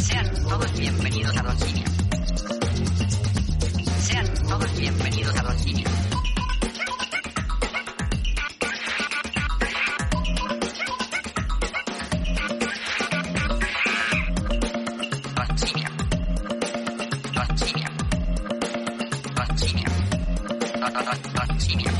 Sean todos bienvenidos a Docinia. Sean todos bienvenidos a Docinia. Docinia. Docinia. Docinia. Do- do- do- Docinia.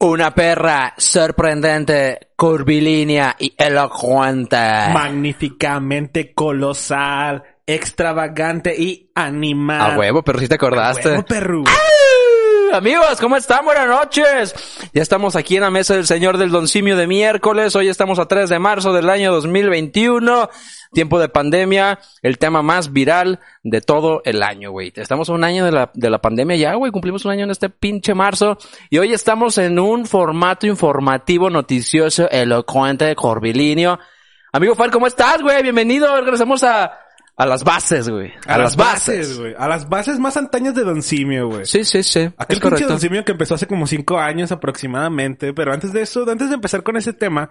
Una perra sorprendente, curvilínea y elocuente. magníficamente colosal, extravagante y animal. a huevo, Ah, pero si te acordaste. Huevo, perro. Amigos, ¿cómo están? Buenas noches. Ya estamos aquí en la mesa del señor del Don Simio de miércoles. Hoy estamos a 3 de marzo del año 2021. Tiempo de pandemia, el tema más viral de todo el año, güey. Estamos a un año de la, de la pandemia ya, güey. Cumplimos un año en este pinche marzo. Y hoy estamos en un formato informativo, noticioso, elocuente, corvilíneo. Amigo Fal, ¿cómo estás, güey? Bienvenido. Regresamos a, a las bases, güey. A, las bases. güey. A las bases más antañas de Don Simio, güey. Sí, sí, sí. Aquel Es pinche correcto. Don Simio que empezó hace como cinco años aproximadamente. Pero antes de eso, antes de empezar con ese tema,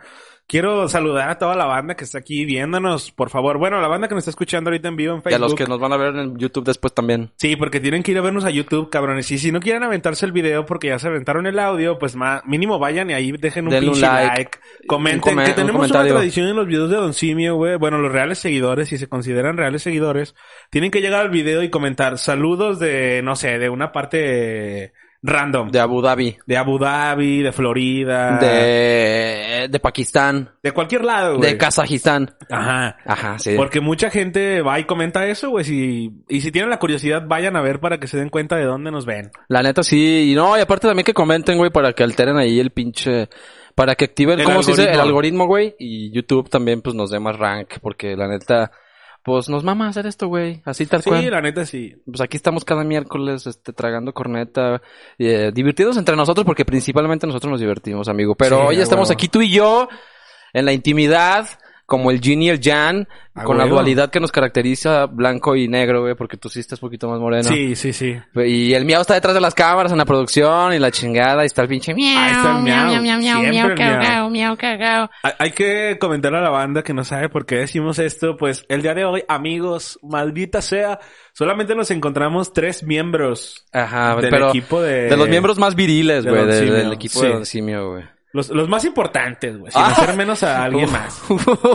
quiero saludar a toda la banda que está aquí viéndonos, por favor. Bueno, la banda que nos está escuchando ahorita en vivo en Y a Facebook. los que nos van a ver en YouTube después también. Sí, porque tienen que ir a vernos a YouTube, cabrones. Y si no quieren aventarse el video porque ya se aventaron el audio, pues ma- mínimo vayan y ahí dejen un Denle un pinche like. like. Comenten. Un come- que un tenemos una comentario. tradición en los videos de Don Simio, güey. Bueno, los reales seguidores, si se consideran reales seguidores, tienen que llegar al video y comentar saludos de, no sé, de una parte random. de Abu Dhabi, De Abu Dhabi, de Florida. de, de Pakistán, De cualquier lado, güey. de Kazajistán. Ajá. Ajá, sí. Porque mucha gente va y comenta eso, güey. Si, y si tienen la curiosidad, vayan a ver para que se den cuenta de dónde nos ven. La neta sí, y no, y aparte también que comenten, güey, para que alteren ahí el pinche... Para que activen, El ¿cómo se dice? El algoritmo. algoritmo, güey. Y YouTube también, pues, nos dé más rank, porque la neta, pues, nos mama hacer esto, güey. Así tal Sí, cual. la neta sí. Pues aquí estamos cada miércoles, este, tragando corneta, eh, divertidos entre nosotros, porque principalmente nosotros nos divertimos, amigo. Pero Sí, hoy a estamos huevo. aquí tú y yo, en la intimidad, como el Gin y el Jan, A con la huevo. dualidad que nos caracteriza, blanco y negro, güey, porque tú sí estás poquito más moreno. Sí, sí, sí. Y el miau está detrás de las cámaras en la producción y la chingada y está el pinche miau. Ahí está el miau. Miau, miau, miau, Siempre miau, el miau. cagao, miau, cagao. Hay- Hay que comentar a la banda que no sabe por qué decimos esto. Pues el día de hoy, amigos, maldita sea, solamente nos encontramos tres miembros Ajá, del pero equipo de... de los miembros más viriles, de güey, Don de- Simio. del equipo de Sí. Don Simio, güey. Los, los más importantes, güey. Sin Ah. Oh, hacer menos a alguien más.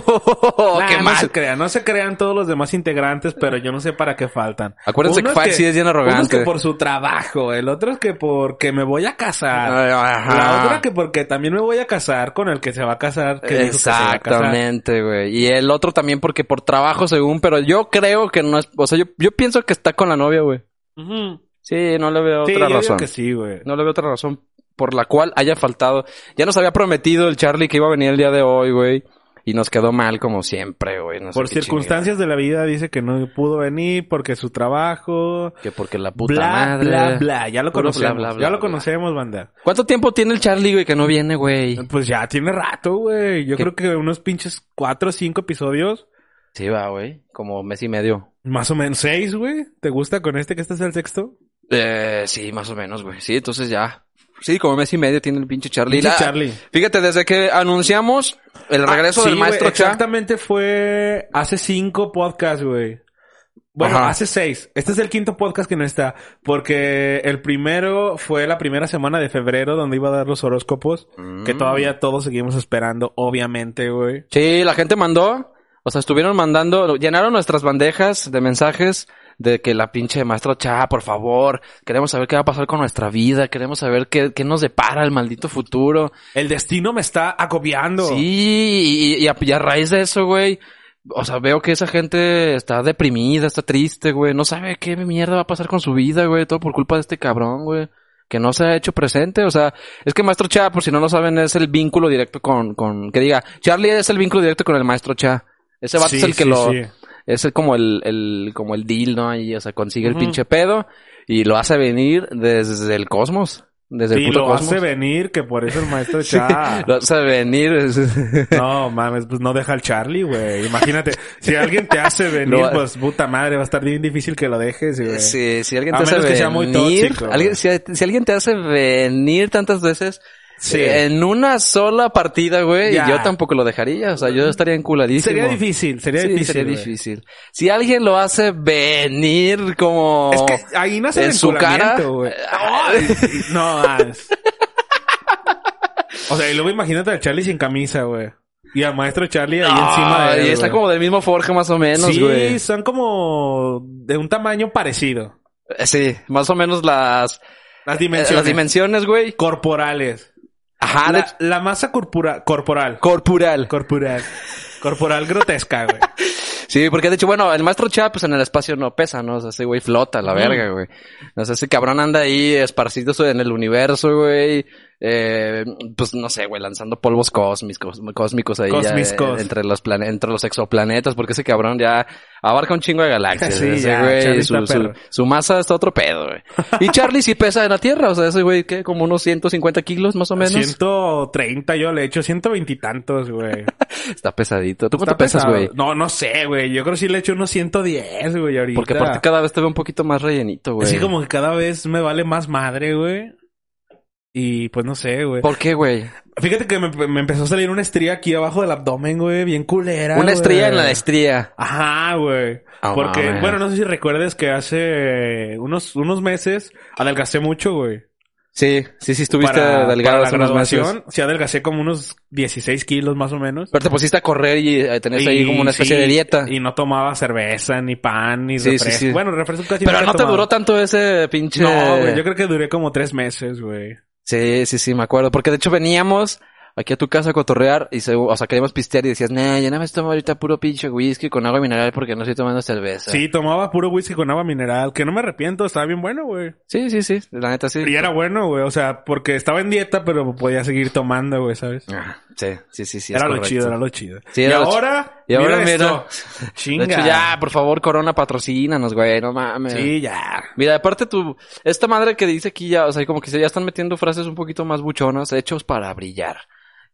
Nah, ¡Qué no mal! se crean, no se crean todos los demás integrantes, pero yo no sé para qué faltan. Acuérdense que Faxi es bien arrogante. unos que por su trabajo, el otro es que porque me voy a casar. Ajá. La otra que porque también me voy a casar con el que se va a casar. que dijo que se va a casar. Exactamente, güey. Y el otro también porque por trabajo según, pero yo creo que no es, o sea, yo, yo pienso que está con la novia, güey. Ujú. Sí, no le veo Sí, otra yo digo razón. que sí, güey. No le veo otra razón por la cual haya faltado. Ya nos había prometido el Charlie que iba a venir el día de hoy, güey. Y nos quedó mal como siempre, güey. No sé Por qué circunstancias de la vida dice que no pudo venir porque su trabajo. chingada. Que porque la puta bla, madre. bla, bla. Ya lo Puro bla, conocemos. bla, bla, ya lo bla. conocemos, banda. ¿Cuánto tiempo tiene el Charlie, güey, que no viene, güey? Pues ya tiene rato, güey. Yo ¿Qué? creo que unos pinches cuatro o cinco episodios. Sí, va, güey. Como mes y medio. Más o menos seis, güey. ¿Te gusta con este que este es el sexto? Eh, sí, más o menos, güey. Sí, entonces ya. Sí, como mes y medio tiene el pinche Charlie. Pinche La- Charlie. Fíjate, desde que anunciamos el regreso Ah, sí, del maestro güey, Charlie. Exactamente fue hace cinco podcasts, güey. Bueno, Ajá. hace seis. Este es el quinto podcast que no está. Porque el primero fue la primera semana de febrero donde iba a dar los horóscopos. Mm. Que todavía todos seguimos esperando, obviamente, güey. Sí, la gente mandó, o sea, estuvieron mandando, llenaron nuestras bandejas de mensajes de que la pinche maestro Cha, por favor, queremos saber qué va a pasar con nuestra vida, queremos saber qué, qué nos depara el maldito futuro. El destino me está agobiando. Sí, y, y a, y a raíz de eso, güey, o sea, veo que esa gente está deprimida, está triste, güey, no sabe qué mierda va a pasar con su vida, güey, todo por culpa de este cabrón, güey. Que no se ha hecho presente, o sea, es que Maestro Cha, por si no lo saben, es el vínculo directo con, con, que diga, Charlie es el vínculo directo con el Maestro Cha. Ese vato Sí, es el que sí, lo, sí. es el- como el, el, como el deal, ¿no? Ahí, o sea, consigue el Ujú. pinche pedo y lo hace venir desde el cosmos, desde el Y puto lo cosmos. hace venir, que por eso el maestro Sí, Cha. lo hace venir. es- No, mames, pues no deja al Charlie, güey. Imagínate, si alguien te hace venir, Lo- pues puta madre, va a estar bien difícil que lo dejes, güey. Sí, si alguien A te hace menos que venir, sea muy tóxico, güey. alguien- si, si alguien te hace venir tantas veces Sí. eh, en una sola partida, güey, Ya. yo tampoco lo dejaría, o sea, yo estaría enculadísimo. Sería difícil, sería Sí, difícil. sería güey. difícil. Si alguien lo hace venir como Es que ahí nace en el su cara, enculamiento, güey. Ay, No, mames. O sea, y luego imagínate al Charlie sin camisa, güey. Y al maestro Charlie ahí encima de Ay, él, está güey. como del mismo forja más o menos, Sí, güey. Sí. son como de un tamaño parecido. Eh, más o menos las Las eh, dimensiones. las dimensiones, güey. corporales. Ajá, de la, hecho, la masa corpora- corporal. corporal. corporal. Corporal grotesca, güey. Sí, porque de hecho, bueno, el maestro Chá, pues en el espacio no pesa, ¿no? O sea, ese güey flota, a la verga, güey. O sea, ese cabrón anda ahí esparcido en el universo, güey. Eh, pues no sé, güey, lanzando polvos cósmicos, cósmicos ahí. ya, Cósmicos. eh, entre los plane- entre los exoplanetas, porque ese cabrón ya abarca un chingo de galaxias. Sí, ese ya, güey, Charlie su, está su- perro. su masa está otro pedo, güey. Y Charlie sí pesa en la Tierra, o sea, ese güey, ¿qué? Como unos 150 kilos más o menos. 130 yo le he hecho, 120 y tantos, güey. Está pesadito. ¿Tú cuánto Está pesas, pesado. güey? No, no sé, güey. Yo creo que sí le echo unos 110, güey, ahorita. Porque aparte cada vez te veo un poquito más rellenito, güey. Así como que cada vez me vale más madre, güey. Y pues no sé, güey. ¿Por qué, güey? Fíjate que me, me empezó a salir una estría aquí abajo del abdomen, güey. Bien culera, Una güey. estrella en la estrella. Ajá, güey. Ah, Porque, mames. bueno, no sé si recuerdes que hace unos, unos meses adelgacé mucho, güey. Sí, sí, sí, estuviste para, delgado para la hace unos meses. graduación. Sí, adelgacé como unos 16 kilos más o menos. Pero te pusiste a correr y eh, tenías ahí como una especie sí, de dieta. Y no tomaba cerveza, ni pan, ni Sí, sí, refresco. sí. Bueno, refresco casi Pero nunca no te tomaba. duró tanto ese pinche... No, güey, yo creo que duré como tres meses, güey. Sí, sí, sí, me acuerdo. Porque de hecho veníamos aquí a tu casa a cotorrear y se, o sea, queríamos pistear y decías, nah, ya nada más tomo ahorita puro pinche whisky con agua mineral porque no estoy tomando cerveza. Sí, tomaba puro whisky con agua mineral, que no me arrepiento, estaba bien bueno, güey. Sí, sí, sí, la neta sí. Y era bueno, güey, o sea, porque estaba en dieta, pero podía seguir tomando, güey, ¿sabes? Ah, Sí, sí, sí, sí. es era lo correcto. chido, era lo chido. Sí, y, era lo chi- ahora, Y ahora mira. esto. Chinga. De hecho, ya, por favor, Corona, patrocínanos, güey, no mames. Sí, ya. Mira, aparte tu... Esta madre que dice aquí ya, o sea, como que se- ya están metiendo frases un poquito más buchonas, hechos para brillar.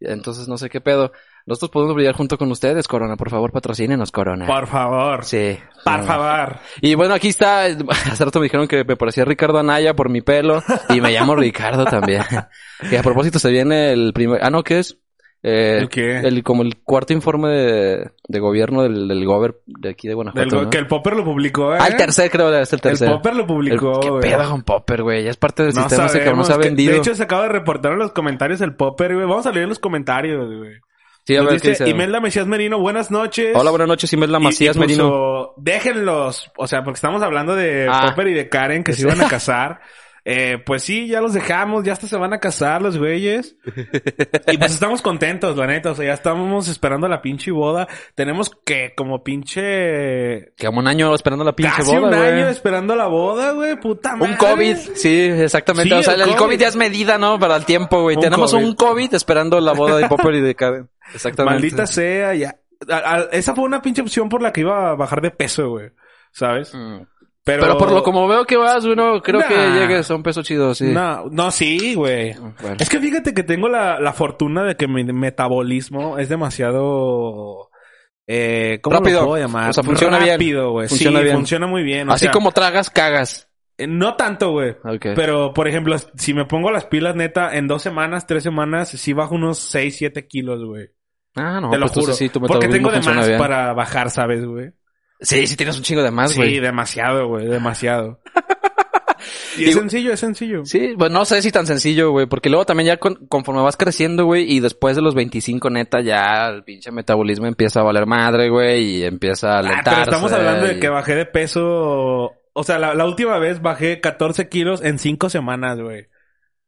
Entonces, no sé qué pedo. Nosotros podemos brillar junto con ustedes, Corona. Por favor, patrocínenos, Corona. Por favor. Sí. Ah, Por No. favor. Y bueno, aquí está. Hace rato me dijeron que me parecía Ricardo Anaya por mi pelo. Y me llamo Ricardo también. Que a propósito se viene el primer. Ah, no, ¿qué es? Eh, ¿El qué? El, como el cuarto informe de, de gobierno del, del gober de aquí de Del Guanajuato. go- ¿no? Que el Popper lo publicó, ¿eh? Ah, el tercer, creo, es el El tercer. Popper lo publicó, ¿Qué güey. pedo con Popper, güey? Ya es parte del sistema ese cabrón, se ha sabemos, que- vendido. De hecho, se acaba de reportar en los comentarios el popper, güey. Vamos a leer los comentarios, güey. sí, a Nos ver qué dice dice. Imelda Mesías Merino, buenas noches. Hola, buenas noches, Imelda Y- y Macías puso, Merino. Déjenlos. O sea, porque estamos hablando de Ah. Popper y de Karen que se iban a casar. Eh, pues sí, ya los dejamos, ya hasta se van a casar los güeyes. Y pues estamos contentos, la neta. O sea, ya estamos esperando la pinche boda. Tenemos que, como pinche. Que como un año esperando la pinche casi boda, un güey. año esperando la boda, güey. Puta madre. Un COVID, sí, exactamente. Sí, o sea, el el COVID. COVID ya es medida, ¿no? Para el tiempo, güey. Un Tenemos COVID. un COVID esperando la boda de Popper y de Karen. Exactamente. Maldita sea, ya. A- a- esa fue una pinche opción por la que iba a bajar de peso, güey. ¿Sabes? Mm. Pero, Pero... por lo como veo que vas, uno creo que Nah. llegues a un peso chido, sí. Mm, No, no, sí, güey. Bueno. Es que fíjate que tengo la, la fortuna de que mi metabolismo es demasiado... Eh, ¿Cómo Rápido. lo puedo llamar? O sea, funciona bien. Rápido, güey. Sí, Funciona bien. funciona muy bien. o Así sea, como tragas, cagas. eh, No tanto, güey. Ok. Pero, por ejemplo, si me pongo las pilas, neta, en dos semanas, tres semanas, sí bajo unos 6, 7 kilos, güey. Ah, no, Te lo pues juro. entonces sí, tu Porque metabolismo tengo de funciona más bien. para bajar, ¿sabes, güey? Sí, sí tienes un chingo de más, Sí, güey. demasiado, güey, demasiado. y es Digo- sencillo, es sencillo. Ah, Sí, pues no sé si tan sencillo, güey, porque luego también ya con- conforme vas creciendo, güey, y después de los 25, neta, ya el pinche metabolismo empieza a valer madre, güey, y empieza a Ah, alentarse. pero estamos hablando de y- que bajé de peso. O sea, la, la última vez bajé 14 kilos en 5 semanas, güey.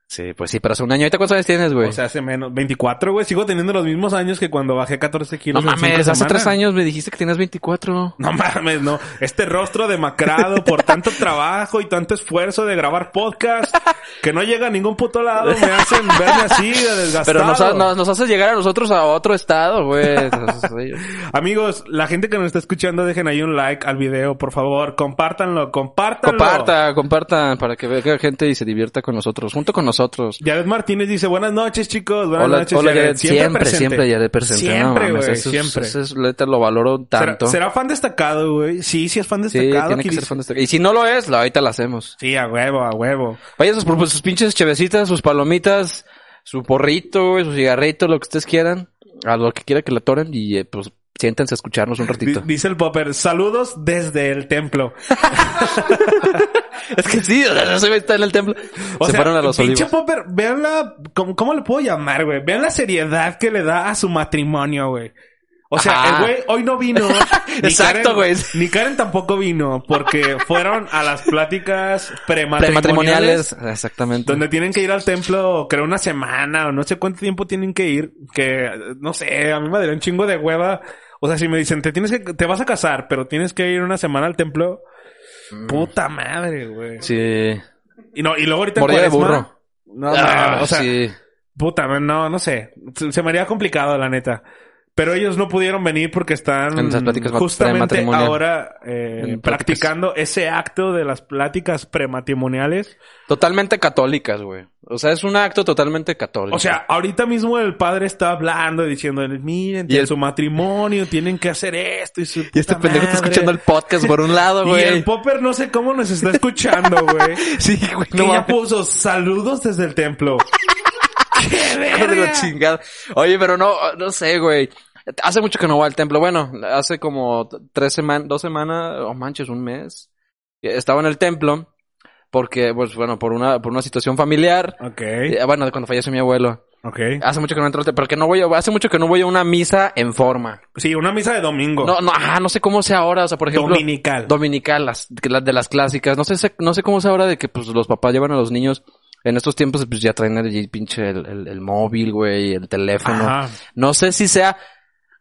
Sí, pues sí, pero hace un año. ¿Ahorita cuántos años tienes, güey? O sea, hace menos. 24, güey. Sigo teniendo los mismos años que cuando bajé 14 no kilos en 5 mames, semanas. hace tres años me dijiste que tenías 24. No mames, no. Este rostro demacrado por tanto trabajo y tanto esfuerzo de grabar podcast que no llega a ningún puto lado me hacen verme así de desgastado. Pero nos, ha- nos, nos haces llegar a nosotros a otro estado, güey. Entonces, sí. Amigos, la gente que nos está escuchando, dejen ahí un like al video, por favor. Compártanlo, compártanlo. comparta, comparta para que vea gente y se divierta con nosotros, junto con nosotros. Yared Martínez dice, buenas noches, chicos. Buenas Hola, noches, hola, Yared. Jared. Siempre, siempre, ya de presente. no Siempre, mames, eso güey. es- siempre. Eso es, neta, lo valoro ¿Será, tanto. será fan destacado, güey. Sí, sí es fan sí, destacado. tiene aquí que ser dice. fan destacado. Y si no lo es, la- ahorita la hacemos. Sí, a huevo, a huevo. Vayan sus, pues, sus pinches chevecitas, sus palomitas, su porrito, güey, su cigarrito, lo que ustedes quieran, a lo que quiera que le toren y eh, pues siéntense a escucharnos un Di- ratito. dice el Popper, saludos desde el templo. es que sí, o sea, ese güey está en el templo. O Se sea, fueron a los pinche olivos. Popper, vean la... ¿cómo, cómo le puedo llamar, güey? Vean la seriedad que le da a su matrimonio, güey. O sea, Ajá. el güey hoy no vino. ni Exacto, Karen- güey. Ni Karen tampoco vino porque fueron a las pláticas prematrimoniales. Prematrimoniales. Exactamente. Donde tienen que ir al templo, creo, una semana o no sé cuánto tiempo tienen que ir. Que, no sé, a mí me daría un chingo de hueva. O sea, si me dicen, te tienes que, te vas a casar, pero tienes que ir una semana al templo. Mm. Puta madre, güey. Sí. Y no, y luego ahorita en Mordida de cuaresma, burro. No, Ah, no, o sea, sí. puta, man, no, no sé. Se, se me haría complicado, la neta. Pero ellos no pudieron venir porque están En esas pláticas justamente prematrimoniales. ahora eh, En pláticas. practicando ese acto de las pláticas prematrimoniales. Totalmente católicas, güey. O sea, es un acto totalmente católico. O sea, ahorita mismo el padre está hablando y diciendo, miren, Y el- en su matrimonio tienen que hacer esto y su y este puta pendejo está madre". escuchando el podcast por un lado, Y el güey. popper no sé cómo nos está escuchando, güey. Sí, güey, no, ya mames. puso saludos desde el templo. ¡Qué Hijo de la verga! chingada. Oye, pero no, no sé, güey. Hace mucho que no voy al templo. Bueno, hace oh, como tres semanas, dos semanas, o manches, un mes. Estaba en el templo porque, pues bueno, por una, por una situación familiar. Ok. Eh, bueno, de cuando falleció mi abuelo. Ok. Hace mucho que no entro, al te- pero que no voy, a- hace mucho que no voy a una misa en forma. Sí, una misa de domingo. No, no, ajá, no sé cómo sea ahora, o sea, por ejemplo. Dominical. Dominical, las, que las de las clásicas. No sé, sé- no sé cómo sea ahora de que pues los papás llevan a los niños. En estos tiempos, pues ya traen el pinche el, el- el móvil, güey, el teléfono. Ajá. No sé si sea.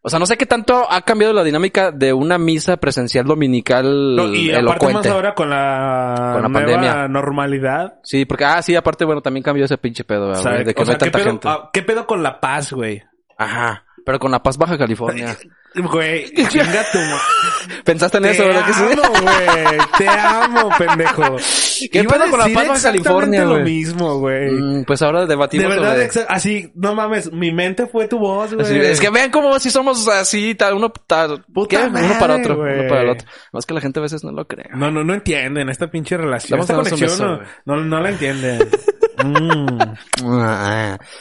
O sea, no sé qué tanto ha cambiado la dinámica de una misa presencial dominical No, y aparte más elocuente. ahora con la, Con la nueva pandemia. normalidad. Sí, porque, ah, sí, aparte, bueno, también cambió ese pinche pedo, O güey, sea, de que o no hay sea, ¿qué, tanta pedo, gente. ah, ¿qué pedo con la paz, güey? Ajá. Pero con La Paz Baja California. Güey, chinga tu ma- Pensaste en Te eso, ¿verdad? que sí? amo, güey. Te amo, pendejo. ¿Qué Iba a pedo con la decir Paz Baja exactamente California, lo güey? mismo, güey. Mm, pues ahora De debatimos verdad, sobre- exa- así, no mames, mi mente fue tu voz, güey. Así, es que vean cómo si somos así, tal, uno, tal, Puta ¿qué? madre, uno para otro, güey. uno para el otro. Más que la gente a veces no lo cree. No, no, no entienden esta pinche relación. Vamos Esta a darnos un conexión no, beso, no, no la entienden. Mm,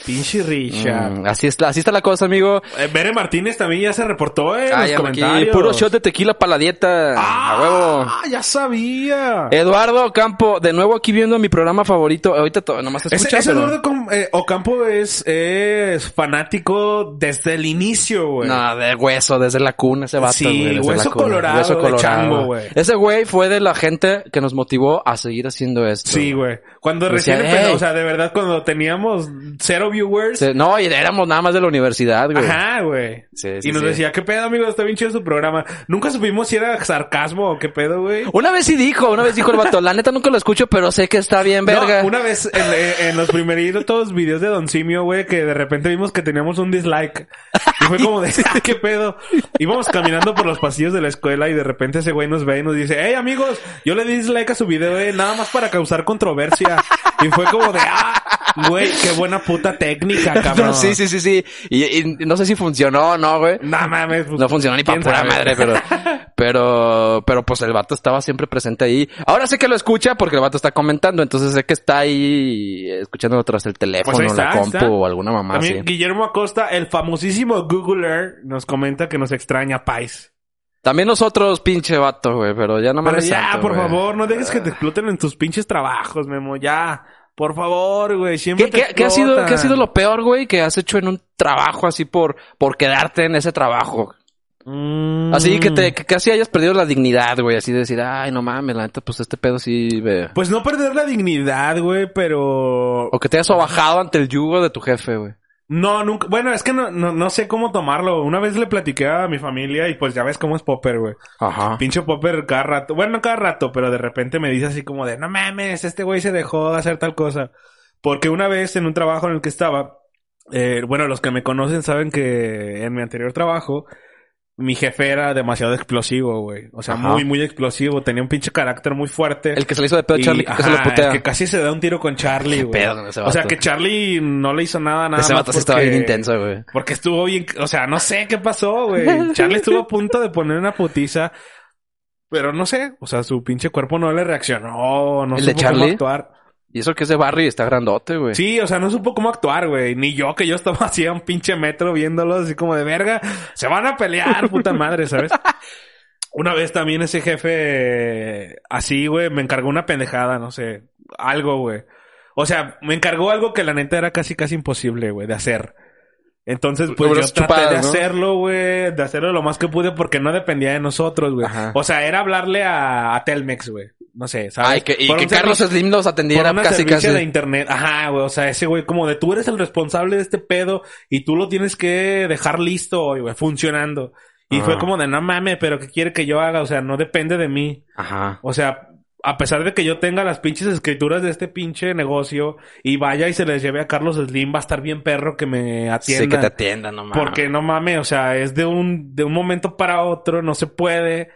pinche Richard. Mm, así, es, la- así está la cosa, amigo. Eh, Bere Martínez también ya se reportó eh, Ay, en los Ah, aquí, comentarios. puro shot de tequila para la dieta. a huevo. Eh, Ah, ya sabía. Eduardo Campo, de nuevo aquí viendo mi programa favorito. Ahorita to- nomás Ese- escucha, ese pero- Eduardo Com- eh, Ocampo es, es fanático desde el inicio, güey. No, de hueso, desde la cuna ese vato, Sí, güey, desde hueso la cuna. colorado, de chango, güey. Ese güey fue de la gente que nos motivó a seguir haciendo esto. Sí, güey. Cuando Decía, recién empezó, "Ey". o sea, de verdad, cuando teníamos cero viewers. Sí, No, y éramos nada más de la universidad, güey. Ajá, güey. Sí, y sí, nos sí. decía, ¿qué pedo, amigo? Está bien chido su programa. Nunca supimos si era sarcasmo o qué pedo, güey. Una vez sí dijo, una vez dijo el vato, la neta nunca lo escucho, pero sé que está bien, verga. No, una vez en, en- en los primeritos videos de Don Simio, güey, que de repente vimos que teníamos un dislike. Y fue como de, "Ah, ¿qué pedo? Íbamos caminando por los pasillos de la escuela y de repente ese güey nos ve y nos dice, hey amigos, yo le di dislike a su video, eh, nada más para causar controversia. Y fue como de, ah, güey, qué buena puta técnica, cabrón. No, sí, sí, sí, sí. Y, y no sé si funcionó o no, güey. No mames. pues, No funcionó ni para quién pura sabe. madre, pero, pero, pero pues el vato estaba siempre presente ahí. Ahora sé que lo escucha porque el vato está comentando, entonces sé que está ahí escuchándolo tras el teléfono, Pues ahí está, la ahí compu está. o alguna mamá También así. Guillermo Acosta, el famosísimo Googler, nos comenta que nos extraña Pais. También nosotros, pinche vato, güey, pero ya no me Pero ya, por favor, no dejes que te exploten en tus pinches trabajos, Memo. Ya, por favor, güey. ¿Qué, Siempre te qué- qué ha sido, explotan. ¿Qué ha sido lo peor, güey, que has hecho en un trabajo así por, por quedarte en ese trabajo? Mm. Así que te que casi hayas perdido la dignidad, güey. Así de decir, ay, no mames, la neta, pues este pedo sí... ve". Pues no perder la dignidad, güey, pero... O que te hayas bajado ante el yugo de tu jefe, güey. No, nunca... Bueno, es que no, no, no sé cómo tomarlo. Una vez le platiqué a mi familia y pues ya ves cómo es Popper, güey. Ajá. Pinche Popper cada rato. Bueno, no cada rato, pero de repente me dice así como de... No mames, este güey se dejó de hacer tal cosa. Porque una vez en un trabajo en el que estaba... eh, bueno, los que me conocen saben que en mi anterior trabajo... mi jefe era demasiado explosivo, güey. O sea, Ajá. muy, muy explosivo. Tenía un pinche carácter muy fuerte. El que se le hizo de pedo a Y, Charlie, que se lo ajá, putea. el que casi se da un tiro con Charlie, güey. pedo con ese O sea, vato. que Charlie no le hizo nada, nada Ese más vato sí estaba bien porque- intenso, güey. Porque estuvo bien... O sea, no sé qué pasó, güey. Charlie estuvo a punto de poner una putiza. Pero no sé. O sea, su pinche cuerpo no le reaccionó. No ¿El supo de Charlie? cómo actuar. Y eso que ese barrio está grandote, güey. Sí, o sea, no supo cómo actuar, güey. Ni yo, que yo estaba así a un pinche metro viéndolos así como de verga. Se van a pelear, puta madre, ¿sabes? Una vez también ese jefe eh, así, güey, me encargó una pendejada, no sé, algo, güey. O sea, me encargó algo que la neta era casi casi imposible, güey, de hacer. Entonces, pues yo hubieras traté chupado, de ¿no? hacerlo, güey, de hacerlo lo más que pude porque no dependía de nosotros, güey. Ajá. O sea, era hablarle a, a Telmex, güey. No sé, ¿sabes? Ay, que, y Por que un Carlos servicio- Slim los atendiera por una casi, servicio casi. de internet. Ajá, güey. O sea, ese güey como de tú eres el responsable de este pedo y tú lo tienes que dejar listo hoy, güey, funcionando. Y Ah. fue como de no mames, pero ¿qué quiere que yo haga? O sea, no depende de mí. Ajá. O sea, a pesar de que yo tenga las pinches escrituras de este pinche negocio y vaya y se les lleve a Carlos Slim, va a estar bien perro que me atienda. Sí, que te atiendan, no mames. Porque no mames, o sea, es de un, de un momento para otro, no se puede.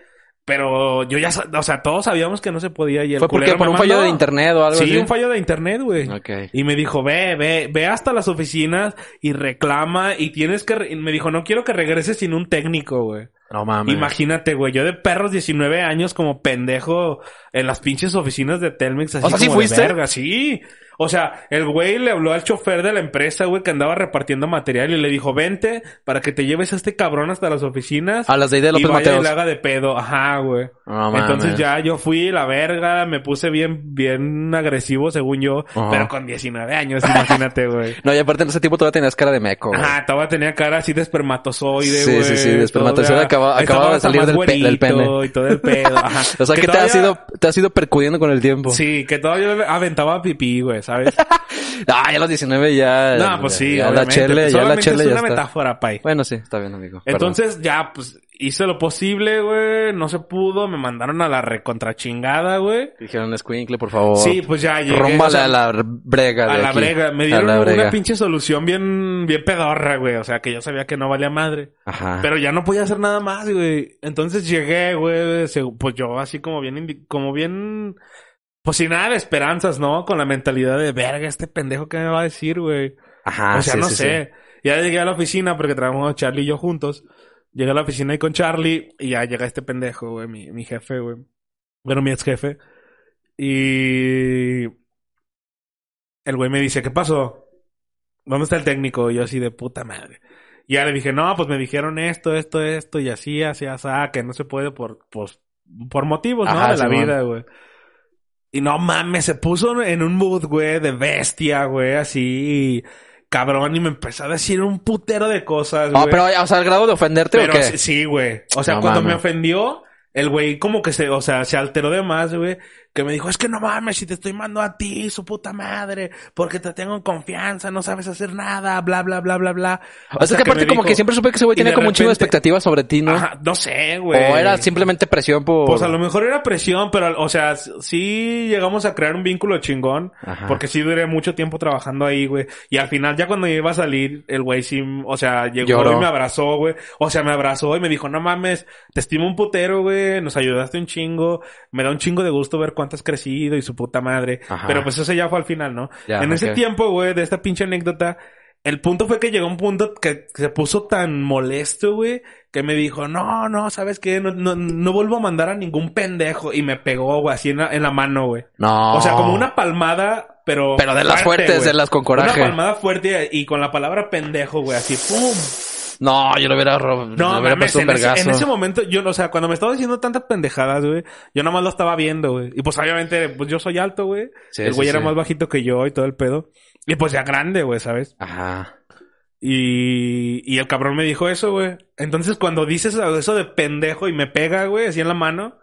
Pero yo ya, sa- o sea, todos sabíamos que no se podía y el Fue porque culero por me un fallo mandó. de internet o algo Sí, así. un fallo de internet, güey. Ok. Y me dijo, ve, ve, ve hasta las oficinas y reclama y tienes que... re- y me dijo, no quiero que regreses sin un técnico, güey. No mames. Imagínate, güey, yo de perros 19 años como pendejo en las pinches oficinas de Telmex. Así O sea, ¿sí como de fuiste? verga, sí. O sea, el güey le habló al chofer de la empresa, güey, que andaba repartiendo material y le dijo, vente para que te lleves a este cabrón hasta las oficinas. A las de ahí de y López vaya Mateos. Y le haga de pedo. Ajá, güey. No mames. Entonces ya yo fui la verga, me puse bien, bien agresivo según yo, Ajá. pero con 19 años, imagínate, güey. No, y aparte en ese tiempo todavía tenías cara de meco, güey. Ajá, todavía tenía cara así de espermatozoide, Sí, güey. sí, sí, de espermatozoide. Acaba- Ahí acababa de estaba salir hasta del pe- más del pene. güerito Y todo el pedo, ajá. O sea, que, te, todavía- has ido, te has ido percudiendo con el tiempo. Sí, que todavía aventaba pipí, güey, ¿sabes? Ah, ya a los 19 ya... no, pues sí, Ya la obviamente. chele, ya la Solamente chele es ya una está. metáfora, pay. Bueno, sí, está bien, amigo. Perdón. Entonces, ya, pues, hice lo posible, güey. No se pudo. Me mandaron a la recontrachingada, güey. Dijeron, escuincle, por favor. Sí, pues ya llegué. Rómbale o sea, a la brega de a la aquí. brega. Me A dieron la brega. una pinche solución bien, bien pedorra, güey. O sea, que yo sabía que no valía madre. Ajá. Pero ya no podía hacer nada más, güey. Entonces llegué, güey, se- pues yo así como bien, indi- como bien, pues sin nada de esperanzas, ¿no? Con la mentalidad de, verga, este pendejo, ¿qué me va a decir, güey? Ajá, o sea, sí, no sí, sí. sé. Ya llegué a la oficina porque trabajamos Charlie y yo juntos. Llegué a la oficina ahí con Charlie y ya llega este pendejo, güey, mi, mi jefe, güey. Bueno, mi ex jefe. Y el güey me dice, ¿qué pasó? ¿Dónde está el técnico? Y yo así de puta madre. Y ya le dije, no, pues me dijeron esto, esto, esto, y así, así, así, ah, que no se puede por, pues, por motivos, ¿no? Ajá, de la Simón. vida, güey. Y no mames, se puso en un mood, güey, de bestia, güey, así, cabrón, y me empezó a decir un putero de cosas, Ah, pues, güey. pero, o sea, al grado de ofenderte o Pero qué? sí- sí, güey. O sea, No cuando mames. me ofendió, el güey como que se, o sea, se alteró de más, güey. Que me dijo, es que no mames, si te estoy mandando a ti, su puta madre, porque te tengo en confianza, no sabes hacer nada, bla, bla, bla, bla, bla. o, sea, que aparte me como dijo- que siempre supe que ese güey y de tenía como un chingo de repente- expectativas sobre ti, ¿no? Ajá, no sé, o güey. era simplemente presión por... Pues a lo mejor era presión, pero, o sea, sí llegamos a crear un vínculo chingón. Ajá. Porque sí duré mucho tiempo trabajando ahí, güey. Y al final, ya cuando iba a salir, el güey sí, o sea, llegó Lloró. y me abrazó, güey. O sea, me abrazó y me dijo, no mames, te estimo un putero, güey. Nos ayudaste un chingo. Me da un chingo de gusto ver cuánto has crecido y su puta madre. Ajá. Pero pues eso ya fue al final, ¿no? Ya, en ese ok. tiempo, güey, de esta pinche anécdota, el punto fue que llegó un punto que se puso tan molesto, güey, que me dijo, no, no, ¿sabes qué? No, no, no vuelvo a mandar a ningún pendejo. Y me pegó, güey, así en la, en la mano, güey. No. O sea, como una palmada, pero... Ah. Pero de las fuertes, güey. de las con coraje. Una palmada fuerte y con la palabra pendejo, güey, así, ¡pum! No, yo lo hubiera... rob- No, le hubiera mames, puesto un en, ese, vergazo. en ese momento, yo, o sea, cuando me estaba diciendo tantas pendejadas, güey, yo nada más lo estaba viendo, güey. Y pues obviamente, pues yo soy alto, güey. Sí, el sí, güey era sí. más bajito que yo y todo el pedo. Y pues ya grande, güey, ¿sabes? Ajá. Y, y el cabrón me dijo eso, güey. Entonces, cuando dices eso de pendejo y me pega, güey, así en la mano,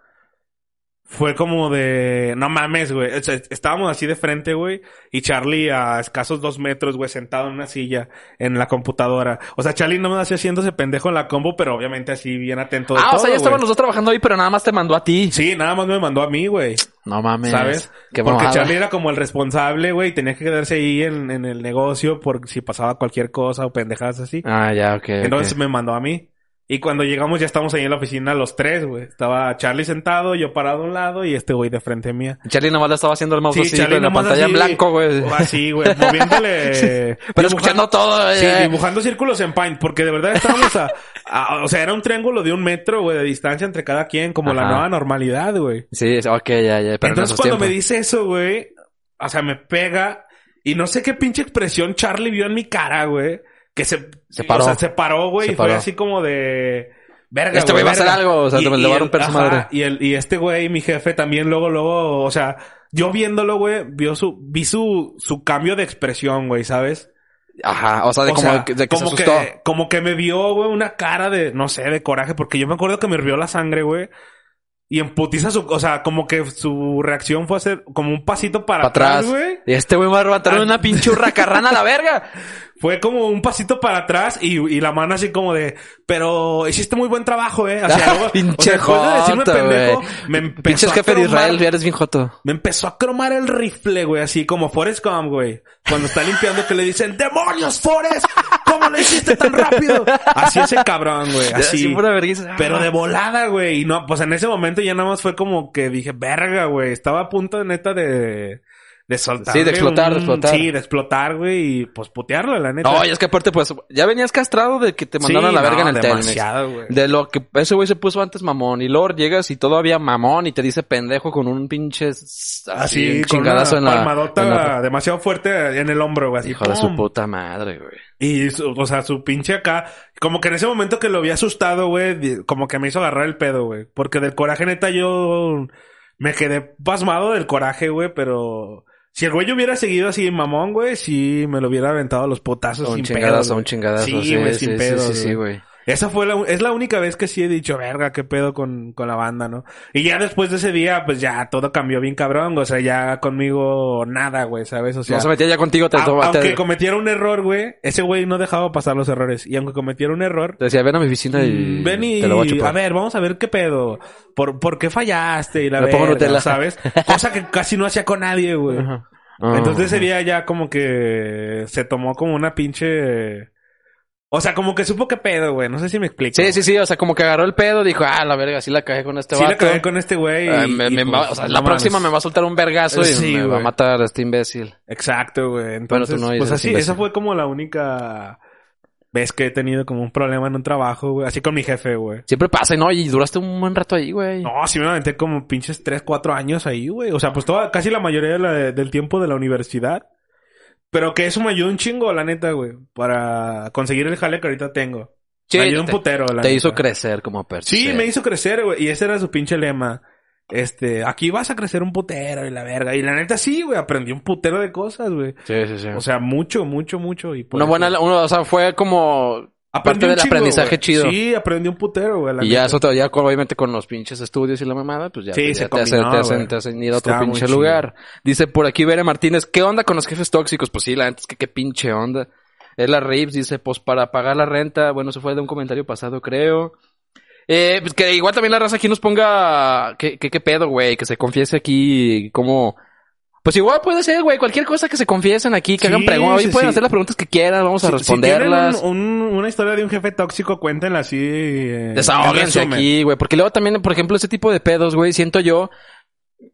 fue como de, no mames, güey. O sea, estábamos así de frente, güey. Y Charlie a escasos dos metros, güey, sentado en una silla, en la computadora. O sea, Charlie no me hacía haciéndose pendejo en la combo, pero obviamente así bien atento de Ah, o Pues, todo, sea, ya estaban güey. los dos trabajando ahí, pero nada más te mandó a ti. Sí, nada más me mandó a mí, güey. No mames. ¿Sabes? Qué porque mamada. Charlie era como el responsable, güey, y tenía que quedarse ahí en, en el negocio por si pasaba cualquier cosa o pendejadas así. Ah, ya, ok. Entonces ok. me mandó a mí. Y cuando llegamos ya estamos ahí en la oficina los tres, güey. Estaba Charlie sentado, yo parado a un lado y este güey de frente mía. Charlie nomás le estaba haciendo el mouse así, con la nomás pantalla en así, blanco, güey. o Así, güey, moviéndole... Pero dibujando- escuchando todo, Sí, eh. dibujando círculos en Paint, porque de verdad estábamos a, a- O sea, era un triángulo de un metro, güey, de distancia entre cada quien, como la Ajá. nueva normalidad, güey. Sí, es- ok, ya, ya. Pero en Entonces esos cuando tiempos. me dice eso, güey, o sea, me pega y no sé qué pinche expresión Charlie vio en mi cara, güey, que se, Se paró. o sea, se paró, güey, Se y fue paró. así como de verga, Este güey va a verga". hacer algo, o sea, Y- le va y a el- romper su ajá, madre. Y el y este güey, mi jefe también luego luego, o sea, yo viéndolo, güey, vio su vi su su cambio de expresión, güey, ¿sabes? Ajá, o sea, de O como sea, que- de que se como asustó. que- como que me vio, güey, una cara de, no sé, de coraje, porque yo me acuerdo que me hirvió la sangre, güey. Y en putiza su, o sea, como que su reacción fue hacer como un pasito para Para atrás. atrás, güey. Y este güey me va a arrebatar Ah. una pinche hurracarrana a la verga. Fue como un pasito para atrás y, y la mano así como de, pero hiciste muy buen trabajo, eh. O sea, luego- o sea, pinche después de decirme joto, pendejo, güey. me empezó Pinches a jefe de cromar- Israel, eres bien joto. Me empezó a cromar el rifle, güey, así como Forrest Gump, güey. Cuando está limpiando que le dicen, ¡Demonios, Forrest! ¿Cómo le hiciste tan rápido? Así ese cabrón, güey, así. pura vergüenza. Pero de volada, güey. Y no, pues en ese momento ya nada más fue como que dije, verga, güey. Estaba a punto de neta de, de soltar. Sí, de explotar, de explotar. Sí, de explotar, güey, y pues putearlo, la neta. No, y es que aparte, pues, ya venías castrado de que te Sí, mandaron a la verga no, en el demasiado, güey. Telmex. De lo que ese güey se puso antes mamón. Y luego llegas y todavía mamón y te dice pendejo con un pinche s- así, Así, un con una chingadazo en la. palmadota en la- demasiado fuerte en el hombro, güey. Así, Hijo de ¡pum! su puta madre, güey. Y, su- o sea, su pinche acá. Como que en ese momento que lo había asustado, güey, di- como que me hizo agarrar el pedo, güey. Porque del coraje, neta, yo me quedé pasmado del coraje, güey, pero. Si el güey hubiera seguido así mamón, güey, sí me lo hubiera aventado a los potazos Un sin chingadazo, pedo, un güey. chingadazo. Sí, güey, sin pedo. Sí, sí, güey. Esa fue la, es la única vez que sí he dicho, verga, qué pedo con, con la banda, ¿no? Y ya después de ese día, pues ya todo cambió bien cabrón, o sea, ya conmigo nada, güey, ¿sabes? O sea, no se metía ya contigo, te, a- te- aunque te cometiera un error, güey, ese güey no dejaba pasar los errores. Y aunque cometiera un error, decía, ven a mi oficina y. mm, ven y Te lo voy a a chupar. ver, vamos a ver qué pedo. ¿Por, por qué fallaste? Y la Me pongo verga, Nutella. ¿sabes? Cosa que casi no hacía con nadie, güey. Ah. Entonces ese día ya como que se tomó como una pinche... O sea, como que supo qué pedo, güey. No sé si me explico. Sí, sí, sí. O sea, como que agarró el pedo, dijo, ah, la verga, sí la cagué con este Sí vato. la cagué con este güey. y- Ah, me- y, me pues, va- o sea, no la mames. próxima me va a soltar un vergazo y Sí, me va a güey. matar a este imbécil. Exacto, güey. Entonces, tú no eres pues así, imbécil. esa fue como la única vez que he tenido como un problema en un trabajo, güey. Así con mi jefe, güey. Siempre pasa, ¿no? Y duraste un buen rato ahí, güey. No, sí me aventé como pinches 3, 4 años ahí, güey. O sea, pues toda, casi la mayoría de la- del tiempo de la universidad. Pero que eso me ayudó un chingo, la neta, güey. Para conseguir el jale que ahorita tengo. Sí, me ayudó un te- putero, la Te neta. hizo crecer como persona. Sí, me hizo crecer, güey. Y ese era su pinche lema. Este, aquí vas a crecer un putero y la verga. Y la neta sí, güey. Aprendí un putero de cosas, güey. Sí, sí, sí. O sea, mucho, mucho, mucho. Y por una eso- buena, uno, o sea, fue como Aprendí parte un del chingo, aprendizaje güey. chido. Sí, aprendí un putero, güey. la y ya neta. eso te, ya con- obviamente con los pinches estudios y la mamada, pues ya, Sí, ya se te, hace- combinó, te hacen, güey. te hacen ir a otro Está muy pinche chido. lugar. Dice por aquí Vera Martínez, ¿qué onda con los jefes tóxicos? Pues sí, la neta es que qué pinche onda. Es la Rips, dice, pues para pagar la renta, bueno, eso fue de un comentario pasado, creo. Eh, pues que igual también la raza aquí nos ponga qué, qué, qué pedo, güey, que se confiese aquí cómo... Pues igual puede ser, güey, cualquier cosa que se confiesen aquí, que Sí, hagan preguntas. sí, pueden sí. hacer las preguntas que quieran, vamos a Si- si tienen responderlas. un- un- una historia de un jefe tóxico, cuéntenla así. eh, en Desahóguense resumen. aquí, güey. Porque luego también, por ejemplo, ese tipo de pedos, güey, siento yo.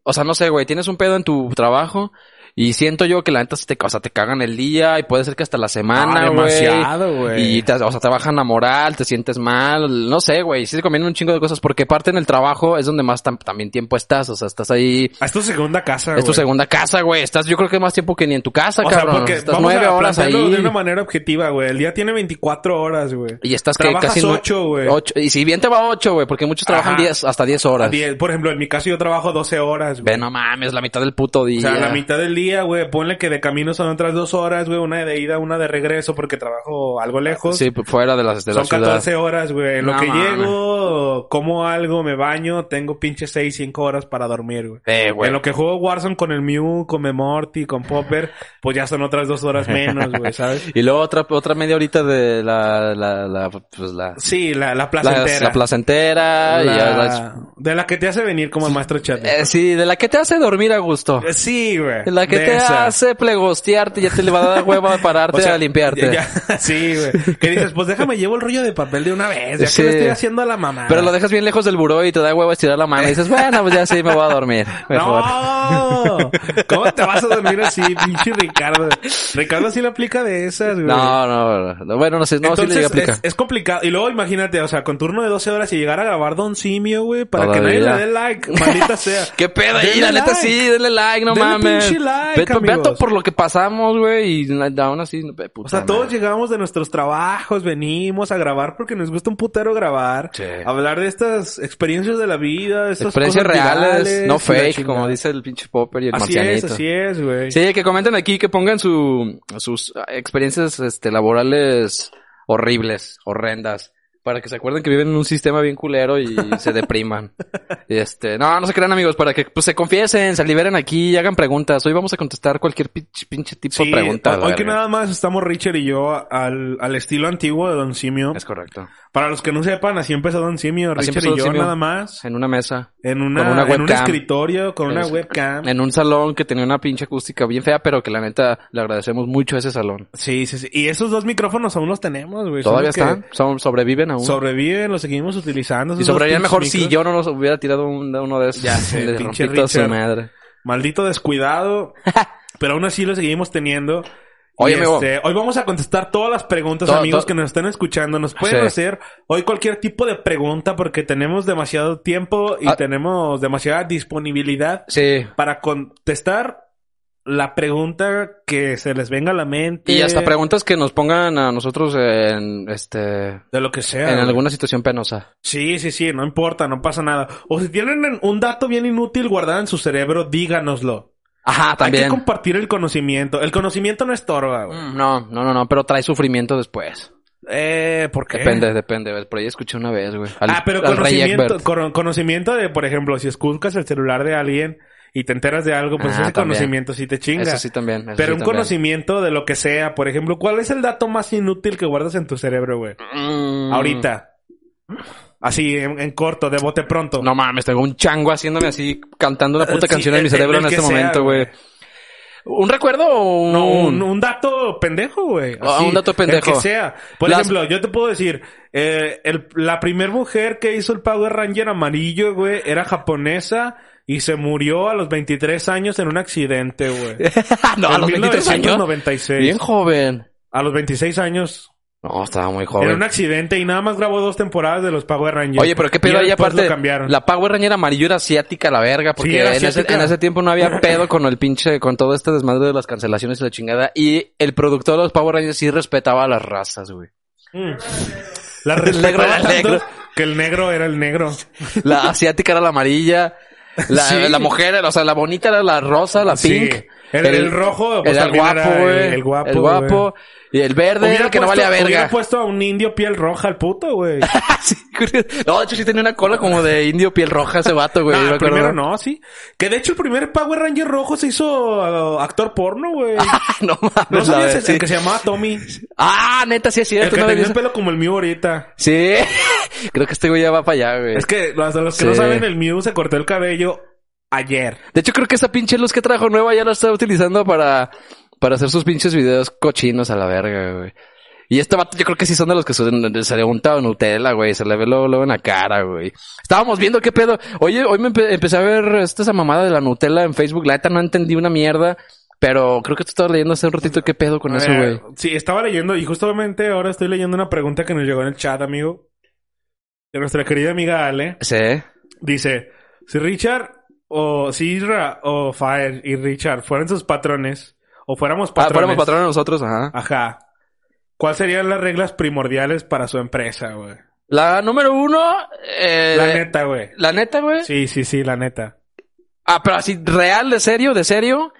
O sea, no sé, güey, tienes un pedo en tu trabajo. Y siento yo que la neta se te, o sea, te cagan el día y puede ser que hasta la semana, Ah, güey. demasiado, güey. Y te, o sea, te bajan la moral, te sientes mal, no sé, güey. Sí se conviene un chingo de cosas porque parte en el trabajo es donde más tam- también tiempo estás, o sea, estás ahí. A Ah, tu segunda casa, Es tu güey. segunda casa, güey. Estás, yo creo que más tiempo que ni en tu casa, O sea, cabrón. porque estás vamos nueve a horas plantearlo ahí. de una manera objetiva, güey. El día tiene 24 horas, güey. Y estás que Trabajas casi no- ocho, güey. ocho- Y si bien te va ocho, güey, porque muchos trabajan Ajá. 10 hasta 10 A horas. diez- Por ejemplo, en mi caso yo trabajo 12 horas, güey. Ve, no mames, la mitad del puto día. O sea, la mitad del día, güey. Ponle que de camino son otras dos horas, güey. Una de ida, una de regreso, porque trabajo algo lejos. Sí, fuera de las de la Son ciudad. 14 horas, güey. En Lo No que mames. llego, como algo, me baño, tengo pinche 6, 5 horas para dormir, güey. Eh, güey. En lo que juego Warzone con el Mew, con Memorty, con Popper, pues ya son otras dos horas menos, güey, ¿sabes? Y luego otra, otra media horita de la, la, la, pues la, Sí, la, la la, plaza entera. la placentera. y ya La- las- De la que te hace venir como el maestro chat. eh, sí, de la que te hace dormir a gusto. Eh, sí, güey. De la que de te esa. hace plegostearte, ya te le va a dar hueva de pararte O sea, a limpiarte. ya- ya- sí, güey. Que dices, pues déjame llevo el rollo de papel de una vez, ya Sí. que le estoy haciendo a la mamá. Pero lo dejas bien lejos del buró y te da hueva estirar la mano y dices, bueno, pues ya sí me voy a dormir. Mejor. ¡No! ¿Cómo te vas a dormir así, pinche Ricardo? Ricardo sí le aplica de esas, güey. No, no, no. bueno, no sé, no, sí le Entonces, llega a aplicar. es, es complicado. Y luego imagínate, o sea, con turno de 12 horas y llegar a grabar Don Simio, güey, para que Todavía. nadie le dé like, maldita sea. ¿Qué pedo ahí? Denle La neta like. sí, denle like, no Denle mames. pinche like, Ve- ve a amigos. todo por lo que pasamos, güey, y na- aún así, no, ve, puta O sea, todos madre. llegamos de nuestros trabajos, venimos a grabar porque nos gusta un putero grabar. Sí. Hablar de estas experiencias de la vida, de estas Eh, Experiencias cosas reales, virales no y la fake, chingada. como dice el pinche Popper y el Así es, marcianito. así es, güey. Sí, que comenten aquí, que pongan su, sus ah, experiencias este, laborales horribles, horrendas. Para que se acuerden que viven en un sistema bien culero y se depriman. Y este, no, no se crean amigos, para que pues, se confiesen, se liberen aquí y hagan preguntas. Hoy vamos a contestar cualquier pinche, pinche tipo Sí, de pregunta. la Hoy que verga. nada más estamos Richard y yo al, al estilo antiguo de Don Simio. Es correcto. Para los que no sepan, así empezó Don Simio, Así Richard empezó y Don yo Simio. nada más. En una mesa. En, una, Con una en un webcam. escritorio, con una Es- webcam. en un salón que tenía una pinche acústica bien fea, pero que la neta le agradecemos mucho a ese salón. Sí, sí, sí. Y esos dos micrófonos aún los tenemos, güey. Son Todavía los Pues que están, son, sobreviven aún. Sobreviven, los seguimos utilizando. y esos dos sobrevivían pinches mejor si micros. yo no los hubiera tirado un- uno de esos. Ya sé, le pinche rompí toda su Richard. madre. Maldito descuidado. Pero aún así lo seguimos teniendo. Oye, Y, amigo. este, hoy vamos a contestar todas las preguntas, Todo- amigos, todo- que nos están escuchando. Nos pueden Sí. hacer hoy cualquier tipo de pregunta porque tenemos demasiado tiempo y Ah. tenemos demasiada disponibilidad Sí. para contestar la pregunta que se les venga a la mente. Y hasta preguntas que nos pongan a nosotros en este De lo que sea. en güey. alguna situación penosa. Sí, sí, sí, no importa, no pasa nada. O si tienen un dato bien inútil guardado en su cerebro, díganoslo. Ajá, Hay también. que compartir el conocimiento. El conocimiento no estorba, güey. Mm, No, no, no, no, pero trae sufrimiento después. Eh, ¿por qué? Depende, depende. güey. Por ahí escuché una vez, güey. Al- ah, pero al Rey conocimiento, Egbert. cono- conocimiento de, por ejemplo, si esculcas el celular de alguien y te enteras de algo, pues Ah, ese también. conocimiento sí te chinga. Eso sí también. eso pero sí un también. conocimiento de lo que sea, por ejemplo, ¿cuál es el dato más inútil que guardas en tu cerebro, güey? Mm, Ahorita. Así, en, en corto, de bote pronto. No mames, tengo un chango haciéndome así, cantando una Eh, puta sí, canción el- en mi cerebro en el- el este que sea, momento, güey. güey. ¿Un recuerdo o un...? No, un, un dato pendejo, güey. Ah, Así, un dato pendejo. El que sea. Por Las- ejemplo, yo te puedo decir, eh, el- la primer mujer que hizo el Power Ranger amarillo, güey, era japonesa y se murió a los 23 años en un accidente, güey. Ah, no, a En los 23 años. 1996. Bien joven. A los 26 años. No, estaba muy En joven. un accidente y nada más grabó dos temporadas de los Power Rangers. Oye, pero qué Y ya pedo ahí después aparte. Lo cambiaron. La Power Ranger amarillo era asiática, la verga, porque Sí, era en, ese, asiática. en ese tiempo no había pedo con el pinche, con todo este desmadre de las cancelaciones y la chingada. Y el productor de los Power Rangers sí respetaba a las razas, güey. Mm. La El negro era el respetaba tanto negro. Que el negro era el negro. La asiática era la amarilla. La, Sí. la mujer, era- o sea, la bonita era la rosa, la Sí. pink. El- el rojo, pues, era el también guapo, era güey. el- el guapo, Y el verde, el que no valía hubiera verga. puesto a un indio piel roja al puto, güey. Sí, curioso. no, de hecho sí tenía una cola como de indio piel roja ese vato, güey. Ah, me el acuerdo. primero no, sí. Que de hecho el primer Power Ranger rojo se hizo uh, actor porno, güey. no mames. ¿No la sabías verdad, el, sí. el que se llamaba Tommy? Ah, neta, sí es El cierto. que no había tenía el visto. pelo como el Mew ahorita. Sí. Creo que este güey ya va para allá, güey. Es que hasta los que no Sí. saben, el Mew se cortó el cabello ayer. De hecho, creo que esa pinche luz que trajo nueva ya la está utilizando para, para hacer sus pinches videos cochinos a la verga, güey. Y este vato, yo creo que sí son de los que se, se le unta Nutella, güey. Se le ve luego, luego en la cara, güey. Estábamos viendo qué pedo. Oye, hoy me empe- empecé a ver esta esa mamada de la Nutella en Facebook. La neta no entendí una mierda. Pero creo que tú estabas leyendo hace un ratito qué pedo con A eso, ver, güey. Eh, Sí, estaba leyendo y justamente ahora estoy leyendo una pregunta que nos llegó en el chat, amigo. De nuestra querida amiga Ale. Sí. Ah, Dice, si Richard o si Isra o Fael y Richard fueran sus patrones o fuéramos Ah, patrones. Ah. fuéramos patrones nosotros, ajá. Ajá. ¿Cuáles serían las reglas primordiales para su empresa, güey? La número uno, eh, La neta, güey. La neta, güey. Sí, sí, sí, la neta. Ah, pero así, real, de serio, de serio.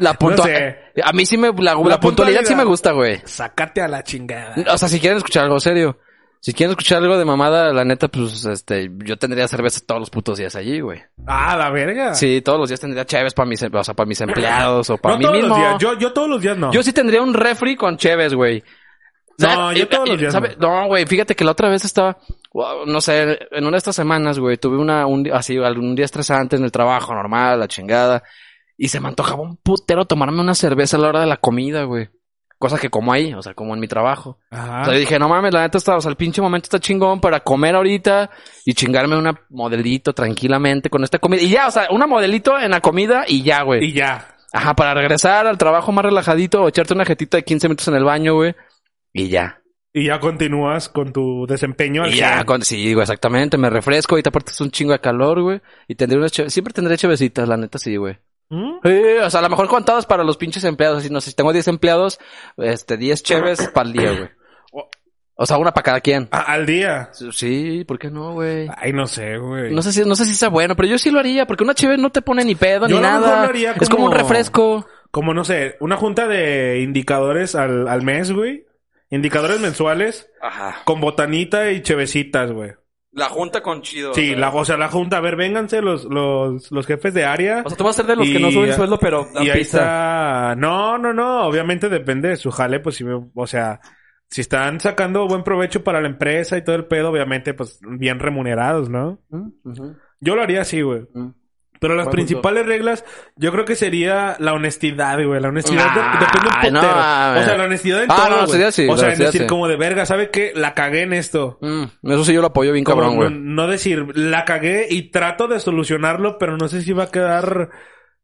La puntua- sé. A mí sí me, la, la La puntualidad, sí puntualidad. me gusta, güey. Sácate a la chingada. O sea, si quieren escuchar algo serio. Si quieren escuchar algo de mamada, la neta, pues, este, yo tendría cerveza todos los putos días allí, güey. Ah, la verga. Sí, todos los días tendría cheves para mis, o sea, para mis empleados o para no mí todos mismo. los días. Yo, yo todos los días no. Yo sí tendría un refri con cheves, güey. No, ¿Sabe- yo todos los días ¿sabe? No, güey, fíjate que la otra vez estaba, wow, no sé, en una de estas semanas, güey, tuve una, un, di- así, algún día estresante en el trabajo, normal, la chingada. Y se me antojaba un putero tomarme una cerveza a la hora de la comida, güey. Cosa que como ahí, o sea, como en mi trabajo. Ajá. O sea, dije, no mames, la neta está, o sea, el pinche momento está chingón para comer ahorita y chingarme una modelito tranquilamente con esta comida. Y ya, o sea, una modelito en la comida y ya, güey. Y ya. Ajá, para regresar al trabajo más relajadito o echarte una jetita de 15 minutos en el baño, güey. Y ya. Y ya continúas con tu desempeño. al Y ya, cien. con- sí, güey, exactamente. Me refresco, ahorita aparte es un chingo de calor, güey. Y tendré unas cheve- siempre tendré chevecitas, la neta, sí, güey. ¿Mm? Sí, o sea, a lo mejor contadas para los pinches empleados. Así, no sé, si tengo 10 empleados, este, 10 cheves para el día, güey. O sea, una para cada quien. A- al día. Sí, ¿por qué no, güey? Ay, no sé, güey. No sé si, no sé si sea bueno, pero yo sí lo haría, porque una cheve no te pone ni pedo Yo ni a lo mejor nada. lo haría Es como un como- refresco. Como no sé, una junta de indicadores al, al mes, güey. Indicadores mensuales Ajá. con botanita y chevecitas, güey. La junta con chido. Sí, la, o sea, la junta, a ver, vénganse los, los, los jefes de área. O sea, tú vas a ser de los que no Y- suben sueldo, pero dan y ahí pizza. está. No, no, no. Obviamente depende de su jale, pues si, o sea, si están sacando buen provecho para la empresa y todo el pedo, obviamente, pues bien remunerados, ¿no? Ujú. Yo lo haría así, güey. Mm. Pero las Buen principales reglas, yo creo que sería la honestidad, güey. La honestidad de- Ah, depende un no, putero. a o sea, ver. la honestidad en Ah, todo, no, güey. honestidad sí, O sea, en honestidad decir sí. como de verga, ¿sabe qué? La cagué en esto. Mm, Eso sí yo lo apoyo bien Como cabrón, no, güey. no decir, la cagué y trato de solucionarlo, pero no sé si va a quedar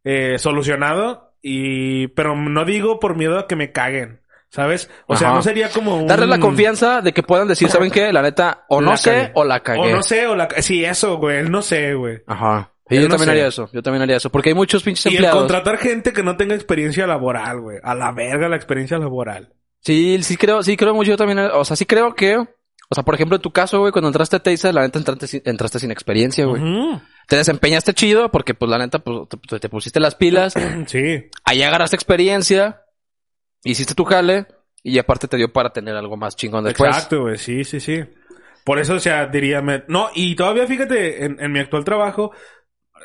eh, solucionado. y pero no digo por miedo a que me caguen, ¿sabes? O sea, Ajá. no sería como un... Darles la confianza de que puedan decir, ¿saben qué? La neta, o no La sé cagué. o la cagué. O no sé, o la... Sí, eso, güey, el no sé, güey. Ajá. Y El yo no también sé. haría eso. Yo también haría eso. Porque hay muchos pinches Y el empleados. contratar gente que no tenga experiencia laboral, güey. A la verga la experiencia laboral. Sí, sí creo, sí creo mucho. Yo también, o sea, sí creo que, o sea, por ejemplo, en tu caso, güey, cuando entraste a Teisa, la neta entraste, sin- entraste sin experiencia, güey. Ujú. Te desempeñaste chido porque, pues, la neta, pues, te, te pusiste las pilas. Sí. Allá agarraste experiencia, hiciste tu jale y aparte te dio para tener algo más chingón después. Exacto, güey. Sí, sí, sí. Por eso, o sea, diría... me- No, y todavía, fíjate, en, en mi actual trabajo,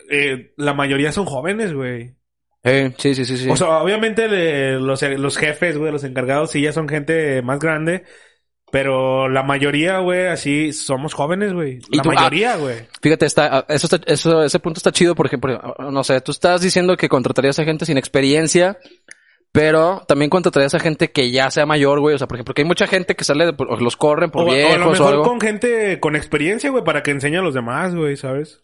eh, la mayoría son jóvenes, güey. Eh, sí, sí, sí, sí. O sea, obviamente le- los, los jefes, güey, los encargados, sí ya son gente más grande. Pero la mayoría, güey, así somos jóvenes, güey. Y La tú- ah. mayoría, güey. Fíjate, está, ah, eso, está- eso, ese punto está chido porque, por ejemplo, no sé, tú estás diciendo que contratarías a gente sin experiencia, pero también contratarías a gente que ya sea mayor, güey. O sea, por ejemplo, que hay mucha gente que sale, de- por- o los corren por O, o a lo viejos o, mejor algo. con gente con experiencia, güey, para que enseñe a los demás, güey, ¿sabes?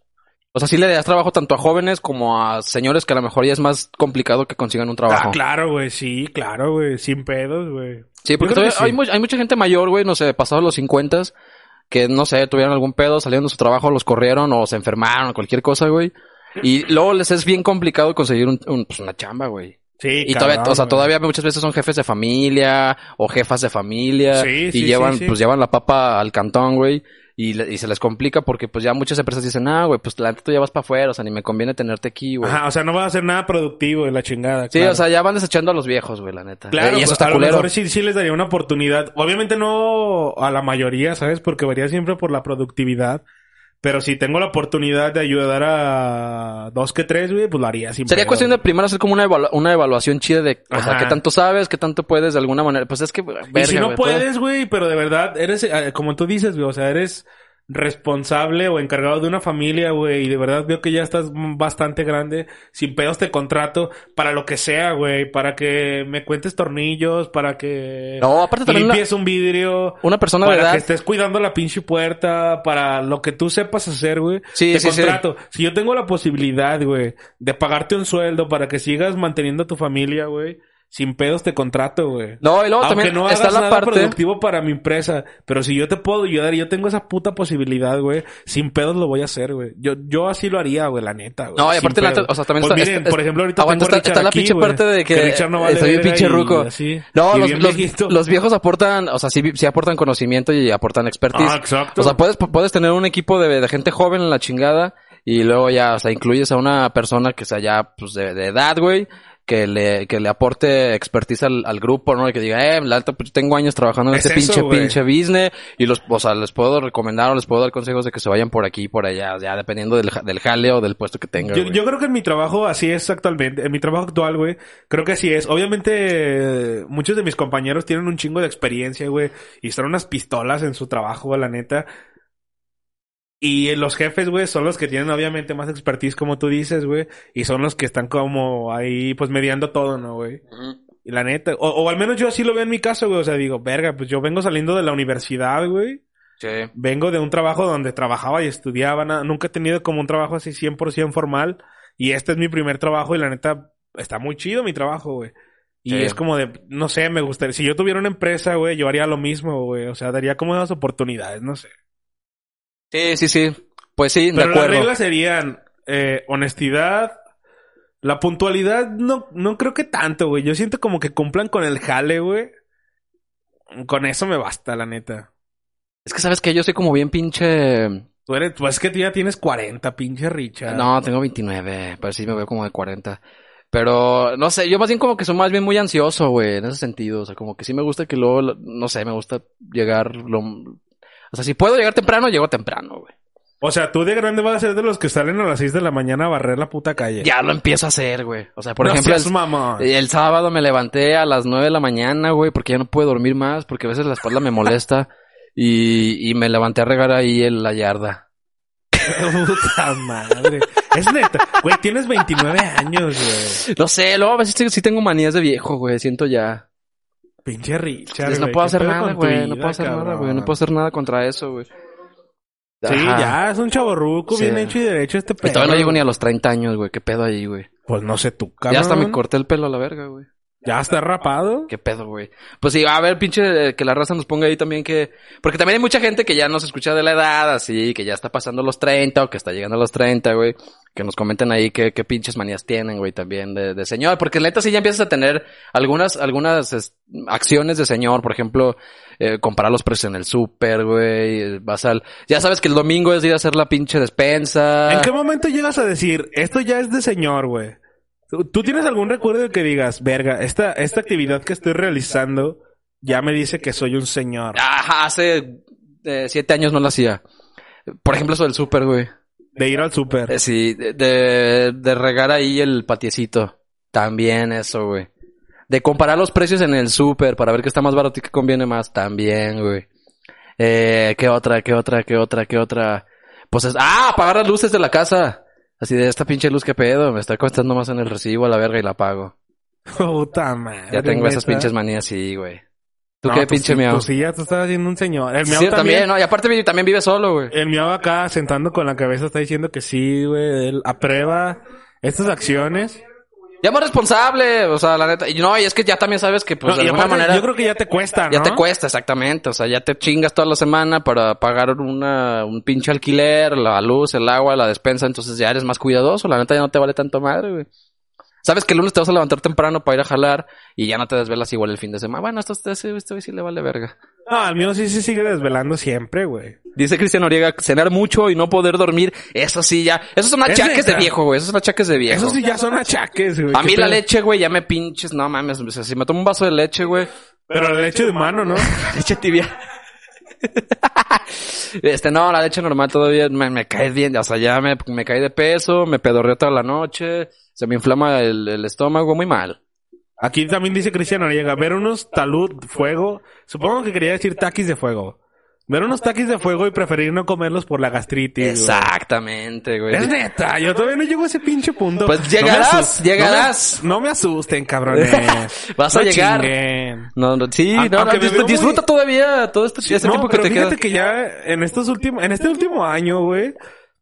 O sea, sí le das trabajo tanto a jóvenes como a señores que a lo mejor ya es más complicado que consigan un trabajo. Ah, claro, güey, sí, claro, güey, sin pedos, güey. Sí, porque Yo creo que todavía hay, sí. mu- hay mucha gente mayor, güey, no sé, pasados los 50 que no sé, tuvieron algún pedo, salieron de su trabajo, los corrieron o se enfermaron o cualquier cosa, güey. Y luego les es bien complicado conseguir un- un- pues, una chamba, güey. Sí, Y todavía, cabrón, o sea, güey. todavía muchas veces son jefes de familia o jefas de familia Sí, y sí, llevan, sí, sí. pues llevan la papa al cantón, güey. Y, le- y se les complica porque pues ya muchas empresas dicen, ah, güey, pues la neta tú ya vas para afuera, o sea, ni me conviene tenerte aquí, güey. Ajá, o sea, no va a hacer nada productivo de la chingada. Sí, claro. o sea, ya van desechando a los viejos, güey, la neta. Claro, y eso pues, está a lo culero. mejor sí, sí les daría una oportunidad. Obviamente no a la mayoría, ¿sabes? Porque varía siempre por la productividad. Pero si tengo la oportunidad de ayudar a dos que tres, güey, pues lo haría sin Sería pedo, cuestión de güey. primero hacer como una, evalu- una evaluación chida de, o sea, Ajá. qué tanto sabes, qué tanto puedes de alguna manera. Pues es que, verga, y si no güey, puedes, güey, pero de verdad, eres, eh, como tú dices, güey, o sea, eres responsable o encargado de una familia, güey, y de verdad veo que ya estás mm, bastante grande, sin pedos te contrato para lo que sea, güey, para que me cuentes tornillos, para que No, aparte también la- limpies un vidrio, Una persona de para edad. que estés cuidando la pinche puerta, para lo que tú sepas hacer, güey. Sí, te sí, sí. contrato. Si yo tengo la posibilidad, güey, de pagarte un sueldo para que sigas manteniendo a tu familia, güey, sin pedos te contrato, güey. No, y luego Aunque también no hagas está la nada parte. productivo para mi empresa, pero si yo te puedo ayudar y yo tengo esa puta posibilidad, güey, sin pedos lo voy a hacer, güey. Yo, yo así lo haría, güey, la neta, güey. No, y Sin aparte, la pedos. neta, o sea, también Pues está- miren, está- por ejemplo, ahorita aguanta, tengo está- a Richard está la aquí, pinche güey, parte de que Richard no vale está bien verga pinche y ruco. así, No, y los, bien los- viejito. los viejos aportan, o sea, sí, sí aportan conocimiento y aportan expertise. Ah, exacto. O sea, puedes, puedes tener un equipo de, de gente joven en la chingada y luego ya, o sea, incluyes a una persona que sea ya, pues, de, de edad, güey. Que le, que le aporte expertise al, al grupo, ¿no? Y que diga, eh, la neta, pues, yo tengo años trabajando en Es este eso, pinche, güey. pinche business. Y los, o sea, les puedo recomendar o les puedo dar consejos de que se vayan por aquí y por allá. Ya dependiendo del, ja- del jale o del puesto que tengan. Yo, güey. yo creo que en mi trabajo así es actualmente. En mi trabajo actual, güey, creo que así es. Obviamente, eh, muchos de mis compañeros tienen un chingo de experiencia, güey. Y están unas pistolas en su trabajo, güey, la neta. Y eh, los jefes, güey, son los que tienen obviamente más expertise, como tú dices, güey. Y son los que están como ahí, pues, mediando todo, ¿no, güey? Y la neta. O, o al menos yo así lo veo en mi caso, güey. O sea, digo, verga, pues yo vengo saliendo de la universidad, güey. Sí. Vengo de un trabajo donde trabajaba y estudiaba. na- nunca he tenido como un trabajo así 100% formal. Y este es mi primer trabajo y la neta está muy chido mi trabajo, güey. Y Sí. es como de, no sé, me gustaría. Si yo tuviera una empresa, güey, yo haría lo mismo, güey. O sea, daría como esas oportunidades, no sé. Sí, sí, sí. Pues sí, de Pero las acuerdo. reglas serían eh, honestidad. La puntualidad no, no creo que tanto, güey. Yo siento como que cumplan con el jale, güey. Con eso me basta, la neta. Es que sabes que yo soy como bien pinche. Tú eres, pues es que tú ya tienes 40, pinche Richard. No, tengo 29, pero sí me veo como de 40. Pero no sé, yo más bien como que soy más bien muy ansioso, güey, en ese sentido. O sea, como que sí me gusta que luego, lo- no sé, me gusta llegar lo. O sea, si puedo llegar temprano, llego temprano, güey. O sea, tú de grande vas a ser de los que salen a las 6 de la mañana a barrer la puta calle. Ya lo empiezo a hacer, güey. O sea, por No ejemplo, seas el, mamón. el sábado me levanté a las 9 de la mañana, güey, porque ya no pude dormir más, porque a veces la espalda me molesta. Y, y me levanté a regar ahí en la yarda. puta madre. Es neta. Güey, tienes 29 años, güey. No sé, luego a veces sí- sí tengo manías de viejo, güey. Siento ya. Pinche Richard. Entonces, Pues no güey. puedo ¿Qué hacer pedo nada, con tu güey. No vida, puedo hacer nada, cabrón? güey. No puedo hacer nada contra eso, güey. Sí, Ajá. ya, es un chavorruco Sí. bien hecho y derecho este Y pedo. Pues todavía no llego ni a los 30 años, güey. ¿Qué pedo ahí, güey? Pues no sé tú, cabrón. Ya hasta me corté el pelo a la verga, güey. Ya está rapado. ¿Qué pedo, güey? Pues sí, a ver, pinche, eh, que la raza nos ponga ahí también que... Porque también hay mucha gente que ya nos escucha de la edad, así, que ya está pasando los 30 o que está llegando a los 30, güey. Que nos comenten ahí qué, qué pinches manías tienen, güey, también de, de señor. Porque neta sí ya empiezas a tener algunas, algunas es- acciones de señor. Por ejemplo, eh, comprar los precios en el súper, güey. eh, Vas al... Ya sabes que el domingo es ir a hacer la pinche despensa. ¿En qué momento llegas a decir, esto ya es de señor, güey? ¿Tú- ¿Tú tienes algún recuerdo que digas, verga, esta, esta actividad que estoy realizando ya me dice que soy un señor? Ajá, hace eh, siete años no lo hacía. Por ejemplo, eso del súper, güey. De ir al súper. Eh, sí, de, de- de regar ahí el patiecito. También eso, güey. De comparar los precios en el súper para ver qué está más barato y qué conviene más. También, güey. Eh, ¿qué otra, qué otra, qué otra, qué otra? Pues es... ¡Ah! Apagar las luces de la casa. Así de esta pinche luz que pedo. Me está costando más en el recibo a la verga y la pago. Puta madre. Ya tengo esas neta. pinches manías, sí, güey. ¿Tú No, qué pues pinche sí, miau? Tú sí, ya tú estás haciendo un señor. El Sí, miau también, también. ¿no? Y aparte vi- también vive solo, güey. El miau acá sentando con la cabeza está diciendo que sí, güey. Él aprueba estas acciones. Ya más responsable, o sea, la neta. Y no, y es que ya también sabes que, pues, No, de y alguna aparte, manera... Yo creo que ya te cuesta, ¿no? Ya te cuesta, exactamente. O sea, ya te chingas toda la semana para pagar una, un pinche alquiler, la luz, el agua, la despensa. Entonces ya eres más cuidadoso. La neta ya no te vale tanto madre, güey. Sabes que el lunes te vas a levantar temprano para ir a jalar y ya no te desvelas igual el fin de semana. Bueno, esto, este, este, güey sí le vale verga. No, el mío sí se sigue desvelando siempre, güey. Dice Cristian Oriega, cenar mucho y no poder dormir. Eso sí ya. Esos son Es achaques de neta. viejo, güey. Esos son achaques de viejo. Eso sí ya son achaques, güey. A Qué mí la pedo. leche, güey, ya me pinches. No mames. O sea, si me tomo un vaso de leche, güey. Pero la leche de humano, ¿no? Leche tibia. Este, no, la leche normal todavía me, me cae bien, o sea, ya me, me caí de peso, me pedorreo toda la noche, se me inflama el, el estómago muy mal. Aquí también dice Cristian Noriega, ver unos talud fuego. Supongo que quería decir taquis de fuego. Ver unos taquis de fuego y preferir no comerlos por la gastritis. güey. Exactamente, güey. Es neta, yo todavía no llego a ese pinche punto. Pues No me llegarás, asus- llegarás. No me, no me asusten, cabrones. Vas a No llegar. chinguen. No, no, sí, A- no, no, aunque me disfr- veo muy- disfruta todavía todo este, ese no, tiempo que pero te queda. fíjate que ya en estos últimos, en este último año, güey.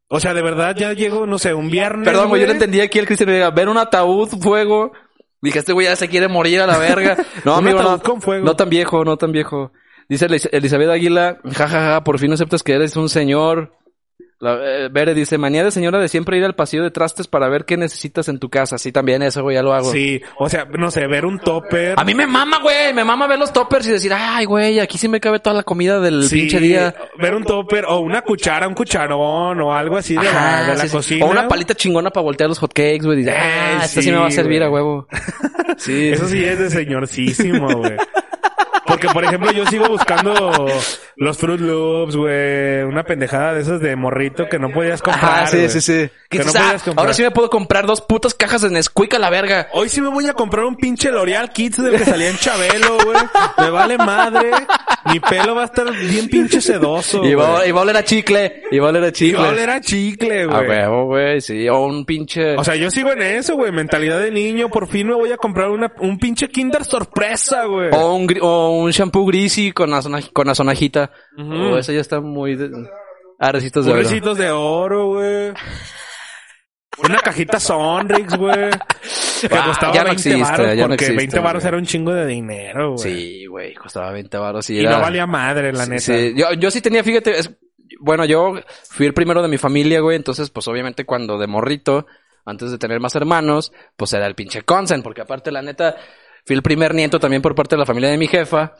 O sea, de verdad ya llego, no sé, un viernes. Perdón, güey, yo le no entendí aquí el Cristian Noriega, ver un ataúd fuego. Dije, este güey ya se quiere morir a la verga. No, Un amigo, no, ataúd con fuego. no tan viejo, no tan viejo. Dice Elis- Elizabeth Águila, jajaja, por fin aceptas que eres un señor. La, eh, Bere dice, manía de señora de siempre ir al pasillo de trastes para ver qué necesitas en tu casa. Sí, también eso, güey, ya lo hago. Sí, o sea, no sé, ver un topper. A mí me mama, güey, me mama ver los toppers y decir, ay, güey, aquí sí me cabe toda la comida del Sí, pinche día. Ver un topper o una cuchara, un cucharón o algo así de la- Ajá, de la, sí, sí. cocina. O una palita chingona para voltear los hotcakes, güey. Dice, ah, Ay, esta sí, sí, me va a servir güey. a huevo. Sí. Eso sí es de señorcísimo, güey. Porque, por ejemplo, yo sigo buscando los Fruit Loops, güey. Una pendejada de esas de morrito que no podías comprar. Ajá, sí, güey. sí, sí. Que no Dices, ah, podías comprar. ahora sí me puedo comprar dos putas cajas de Nesquik a la verga. Hoy sí me voy a comprar un pinche L'Oreal Kids del que salía en Chabelo, güey. Me vale madre. Mi pelo va a estar bien pinche sedoso. Y va, güey. y va a oler a chicle. Y va a oler a Y chicle. va a oler a chicle, a güey. huevo, güey, sí. O un pinche... O sea, yo sigo en eso, güey. Mentalidad de niño. Por fin me voy a comprar una, un pinche Kinder sorpresa, güey. o un, gri- o un shampoo greasy con la, zona- con la sonajita. O eso ya está muy... De... Ah, recitos de oro. Pobrecitos de oro, güey. Una cajita Sonrix, güey. Que Ah, costaba ya no 20 existe, baros ya no porque existe, 20 baros güey. era un chingo de dinero, güey. Sí, güey, costaba 20 baros y Y era... no valía madre, la Sí, neta. sí. Yo, yo sí tenía, fíjate, es- bueno, yo fui el primero de mi familia, güey, entonces, pues obviamente cuando de morrito, antes de tener más hermanos, pues era el pinche consent, porque aparte, la neta, fui el primer nieto también por parte de la familia de mi jefa.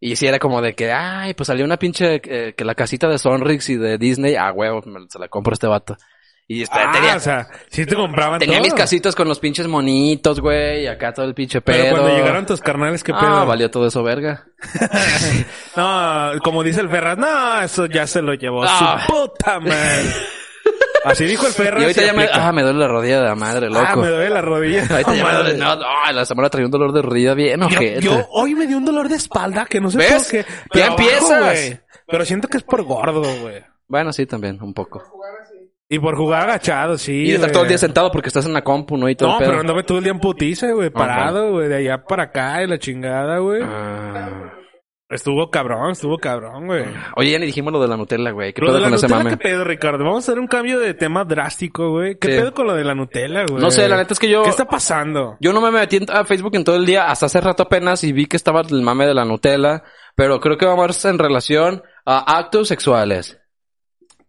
Y sí era como de que, ay, pues salió una pinche, eh, que la casita de Sonrix y de Disney, ah, huevo, me- se la compro a este vato. Y este, Ah, tenía, o sea, sí te compraban tenía todo. mis casitas con los pinches monitos, güey, y acá todo el pinche pedo. Pero cuando llegaron tus carnales, ¿qué Ah, pedo? valió todo eso, verga. No, como dice el Ferraz, no, eso ya se lo llevó Ah. su puta madre. Así dijo el Ferraz. Y ahorita y ya me, aplica. ah, me duele la rodilla de la madre, loco. Ah, me duele la rodilla. Ahorita No, ya me Oh, madre. duele- no, no, la semana traía un dolor de rodilla bien Yo, ojete. yo hoy me dio un dolor de espalda que no sé Este. ¿Ves? por qué. Ya Pero abajo, empiezas. güey. pero siento que es por gordo, güey. Bueno, sí, también, un poco. Y por jugar agachado, sí. Y de estar todo el güey. día sentado porque estás en la compu, ¿no? Y todo No, el pedo. pero anduve todo el día en putiza, güey. Parado, güey. De allá para acá y la chingada, güey. Ah. Estuvo cabrón, estuvo cabrón, güey. Oye, ya ni dijimos lo de la Nutella, güey. Ah. ¿Qué Lo pedo de la con ese Nutella, mame? ¿qué pedo, Ricardo? Vamos a hacer un cambio de tema drástico, güey. ¿Qué Sí. pedo con lo de la Nutella, güey? No sé, la neta es que yo- ¿Qué está pasando? Yo no me metí en- a Facebook en todo el día, hasta hace rato apenas, y vi que estaba el mame de la Nutella, pero creo que va más en relación a actos sexuales.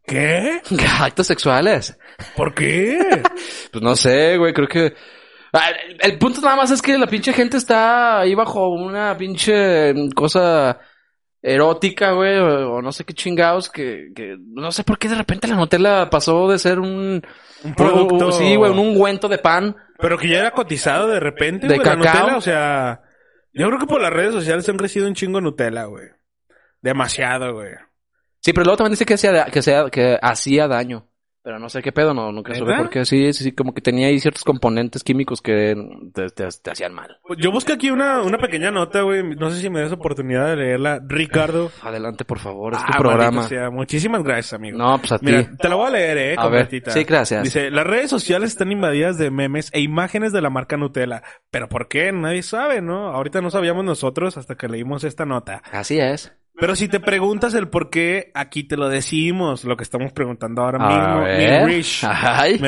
¿Qué? ¿Actos sexuales? ¿Por qué? Pues no sé, güey, creo que... Ah, el- El punto nada más es que la pinche gente está ahí bajo una pinche cosa erótica, güey, o, o no sé qué chingados, que, que no sé por qué de repente la Nutella pasó de ser un... Un producto. Uh, sí, güey, un ungüento de pan. Pero que ya era cotizado de repente, ¿De güey, la cacao? Nutella, o sea... Yo creo que por las redes sociales se han crecido un chingo Nutella, güey. Demasiado, güey. Sí, pero luego también dice que hacía, da- que sea, que hacía daño. Pero no sé qué pedo, no, nunca supe ¿Verdad? por qué. Sí, sí, sí, como que tenía ahí ciertos componentes químicos que te, te- te hacían mal. Yo busqué aquí una, una pequeña nota, güey. No sé si me das oportunidad de leerla. Ricardo. Adelante, por favor, es Ah, tu programa. maldito sea. Muchísimas gracias, amigo. No, pues a Mira, ti. te la voy a leer, eh, A completita. ver, sí, gracias. Dice, las redes sociales están invadidas de memes e imágenes de la marca Nutella. Pero ¿por qué? Nadie sabe, ¿no? Ahorita no sabíamos nosotros hasta que leímos esta nota. Así es. Pero si te preguntas el por qué, aquí te lo decimos, lo que estamos preguntando ahora mismo. A Mi ver. Rich, Ay. mi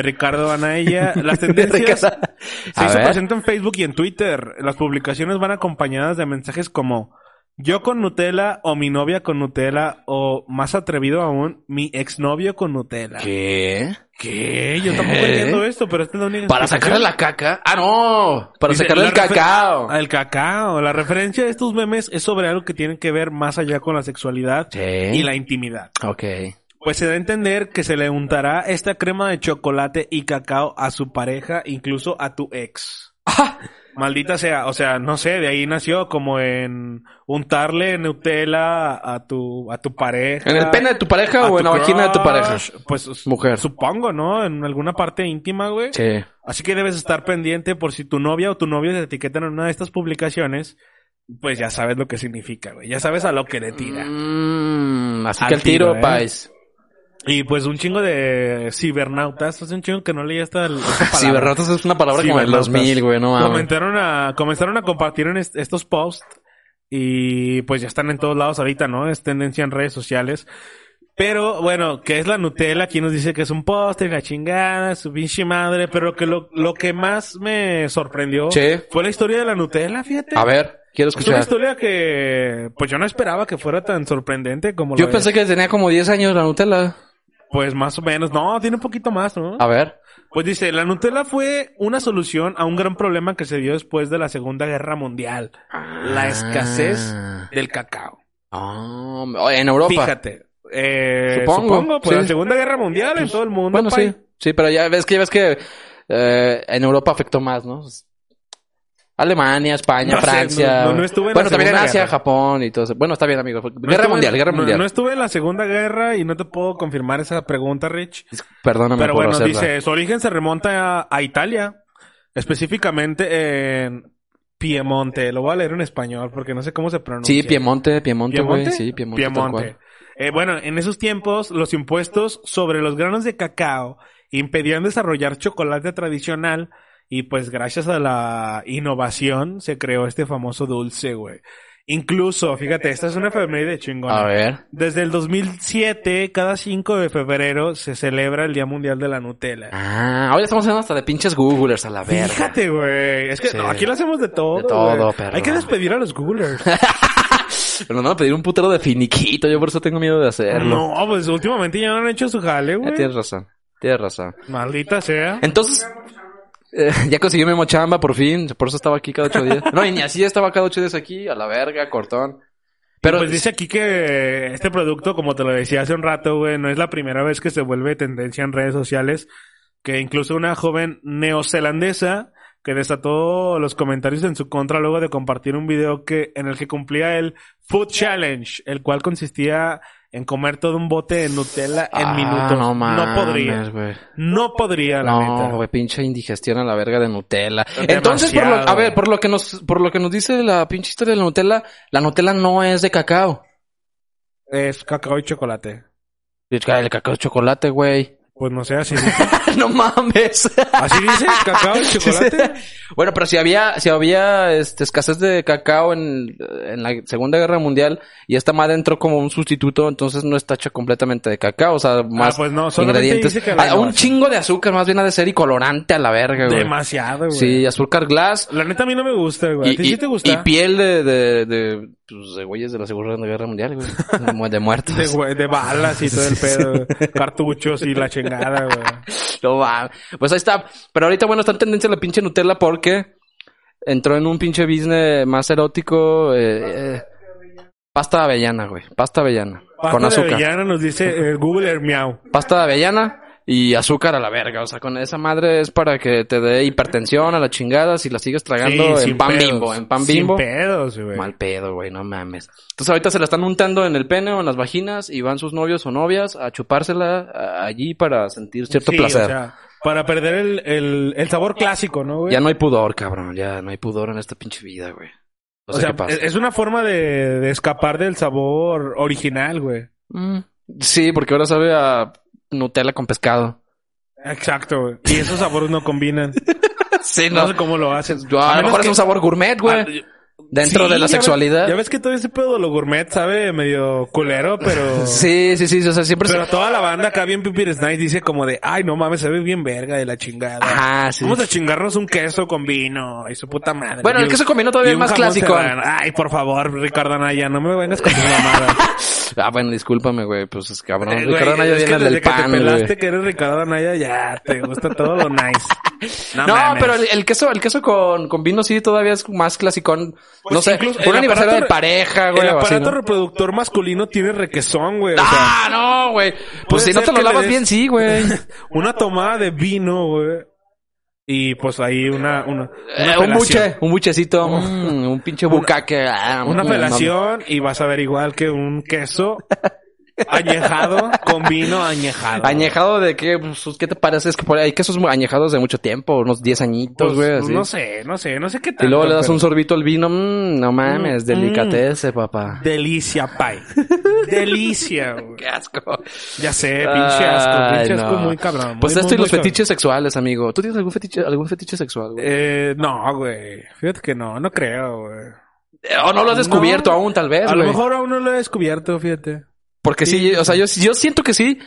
Ricardo Anaya, las tendencias Ricardo. se A hizo ver. presente en Facebook y en Twitter. Las publicaciones van acompañadas de mensajes como yo con Nutella o mi novia con Nutella o más atrevido aún, mi exnovio con Nutella. ¿Qué? ¿Qué? Yo tampoco ¿Eh? entiendo esto, pero esta es la única Para explicación. sacarle la caca. Ah, no. Para Dice, sacarle la el refer- cacao. El cacao. La referencia de estos memes es sobre algo que tienen que ver más allá con la sexualidad Sí. y la intimidad. Ok. Pues se da a entender que se le untará esta crema de chocolate y cacao a su pareja, incluso a tu ex. Ah. Maldita sea, o sea, no sé, de ahí nació como en untarle Nutella a tu a tu pareja. ¿En el pene de tu pareja Ah, a o en la tu vagina de tu crush. pareja? Pues Mujer. Supongo, ¿no? En alguna parte íntima, güey. Sí. Así que debes estar pendiente por si tu novia o tu novio se etiquetan en una de estas publicaciones, pues ya sabes lo que significa, güey. Ya sabes a lo que le tira. Mm, así Al que el tiro, tiro, ¿eh? pais. Y pues un chingo de cibernautas, hace un chingo que no leía esta, esta palabra. Ciberratas es una palabra como del Cibernautas. 2000, güey, no mames. Comentaron a, comenzaron a compartir en est- estos posts y pues ya están en todos lados ahorita, ¿no? Es tendencia en redes sociales. Pero bueno, que es la Nutella, aquí nos dice que es un postre, la chingada, su pinche madre, pero que lo, lo que más me sorprendió Sí. fue la historia de la Nutella, fíjate. A ver, quiero Es una escuchar. historia que, pues yo no esperaba que fuera tan sorprendente como Yo la pensé que tenía como 10 años la Nutella. Pues más o menos, no, tiene un poquito más, ¿no? A ver. Pues dice, la Nutella fue una solución a un gran problema que se dio después de la Segunda Guerra Mundial. La escasez del cacao. Ah, en Europa. Fíjate. eh, Supongo, supongo, pues sí. Pues, la Segunda Guerra Mundial en todo el mundo. Bueno, pay. sí. Sí, pero ya ves que ya ves que eh, en Europa afectó más, ¿no? Alemania, España, No sé, Francia. no- no- no estuve en la bueno, también en Segunda Asia, Guerra. Japón y todo eso. Bueno, está bien, amigo. No guerra estuve- mundial, guerra no- mundial. No estuve en la Segunda Guerra y no te puedo confirmar esa pregunta, Rich. Perdóname Pero por bueno, hacerla. dice, su origen se remonta a, a Italia, específicamente en Piemonte. Lo voy a leer en español porque no sé cómo se pronuncia. Sí, Piemonte, Piemonte, güey. Sí, Piemonte. tal cual. Eh, bueno, en esos tiempos, los impuestos sobre los granos de cacao impedían desarrollar chocolate tradicional y pues gracias a la innovación se creó este famoso dulce, güey. Incluso, fíjate, esta es una efeméride chingona. A ver. Desde el 2007, cada 5 de febrero se celebra el Día Mundial de la Nutella. Ah, ahora estamos hablando hasta de pinches Googlers a la verga. Fíjate, güey. Es que Sí. no, aquí lo hacemos de todo. De todo, güey. perro. Hay que despedir a los Googlers. Pero nos van a pedir un putero de finiquito. Yo por eso tengo miedo de hacerlo. no, pues últimamente ya no han hecho su jale, Eh, güey. tienes razón. Tienes razón. Maldita sea. Entonces, eh, ya conseguí mi mochamba por fin. Por eso estaba aquí cada ocho días. No, y ni así estaba cada ocho días aquí. A la verga, cortón. Pero, pues dice aquí que este producto, como te lo decía hace un rato, güey, no es la primera vez que se vuelve tendencia en redes sociales, que incluso una joven neozelandesa que desató los comentarios en su contra luego de compartir un video que en el que cumplía el Food Challenge, el cual consistía en comer todo un bote de Nutella en Ah, minutos. No, mames, podría. güey. No podría, la neta. No, güey, pinche indigestión a la verga de Nutella. Entonces, por lo, a Demasiado. ver, por lo que nos, por lo que nos dice la pinche historia de la Nutella, la Nutella no es de cacao. Es cacao y chocolate. El cacao es chocolate, güey. Pues no sé, así, no mames. así dice, cacao y chocolate. bueno, pero si había, si había este, escasez de cacao en, en la Segunda Guerra Mundial y esta madre entró como un sustituto, entonces no está hecha completamente de cacao, o sea, más pues no, solamente ingredientes. dice que la Ah, un innovación. chingo de azúcar, más bien ha de ser y colorante a la verga, güey. Demasiado, güey. Sí, azúcar glass. La neta a mí no me gusta, güey. Y, ¿A ti sí y- te gusta? y piel de, de, de, pues, de güeyes de la Segunda Guerra Mundial, güey. De mu- De muertos. De, güey, de balas y todo el pedo. güey. Cartuchos y la chingada, güey. No va. Pues ahí está. Pero ahorita, bueno, está en tendencia la pinche Nutella porque entró en un pinche business más erótico. eh, eh, pasta de avellana, güey. Pasta de avellana. con azúcar. De avellana nos dice eh, Google el miau. Pasta de avellana y azúcar a la verga. O sea, con esa madre es para que te dé hipertensión a la chingada si la sigues tragando Sí, en sin pan pedos. bimbo. En pan Sin bimbo. pedos, güey. Mal pedo, güey, no mames. Entonces ahorita se la están untando en el pene o en las vaginas y van sus novios o novias a chupársela a- allí para sentir cierto Sí, placer. o sea, para perder el, el, el sabor clásico, ¿no, güey? Ya no hay pudor, cabrón. Ya no hay pudor en esta pinche vida, güey. No o sé sea, eh, qué pasa. es una forma de, de escapar del sabor original, güey. Mm. Sí, porque ahora sabe a Nutella con pescado. Exacto, güey. Y esos sabores no combinan. sí, No sé cómo lo hacen. Yo, a lo menos mejor que- es un sabor gourmet, Ah, güey. Dentro Sí, de la ya ves- sexualidad. ya ves que todo ese pedo de lo gourmet sabe medio culero, pero... Sí, sí, sí. O sea, siempre... Pero toda la banda acá bien Pipir Snipe dice como de, ay, no mames, se ve bien verga de la chingada. Ajá, sí. Vamos a chingarnos un queso con vino y su puta madre. Bueno, el Y un- queso con vino todavía y es un más jamón clásico. serrano. Ay, por favor, Ricardo Anaya, no me vengas con tu mamada. Ah, bueno, discúlpame, güey. Pues, es cabrón. Eh, güey, Ricardo Anaya es que viene desde del que pan, te pelaste güey. que eres Ricardo Anaya, ya te gusta todo lo nice. No, mames. pero el, el queso, el queso con, con vino sí todavía es más clasicón. Pues no sé, incluso por un el aniversario de aparato re- pareja, güey. El o así, aparato ¿no? reproductor masculino tiene requesón, güey. o sea, Ah, no, güey. Pues puede si no ser te lo que le lavas des- bien, sí, güey. Eh, una tomada de vino, güey. Y pues ahí una, una, una Eh, un felación. buche, un buchecito, mm, un pinche bucaque. ah, Una mm, apelación y vas a ver igual que un queso añejado con vino añejado. no. Añejado de que, pues, ¿qué te parece? Es que por ahí hay quesos muy añejados de mucho tiempo, unos 10 añitos, Pues, güey, así. No sé, no sé, no sé qué y tal. luego le das un sorbito al vino, mm, no mames, delicatese, mm. papá. Delicia, pay. Delicia, güey. Qué asco. Ya sé, pinche asco, Ay, pinche asco no. muy cabrón. Pues muy, esto muy, y los muy fetiches sexuales, amigo. ¿Tú tienes algún fetiche, algún fetiche sexual, güey? Eh, no, güey. Fíjate que no, no creo, güey. Eh, o no lo has descubierto aún, tal vez, A lo güey. mejor aún no lo he descubierto, fíjate. Porque sí, o sea, yo, yo siento que sí.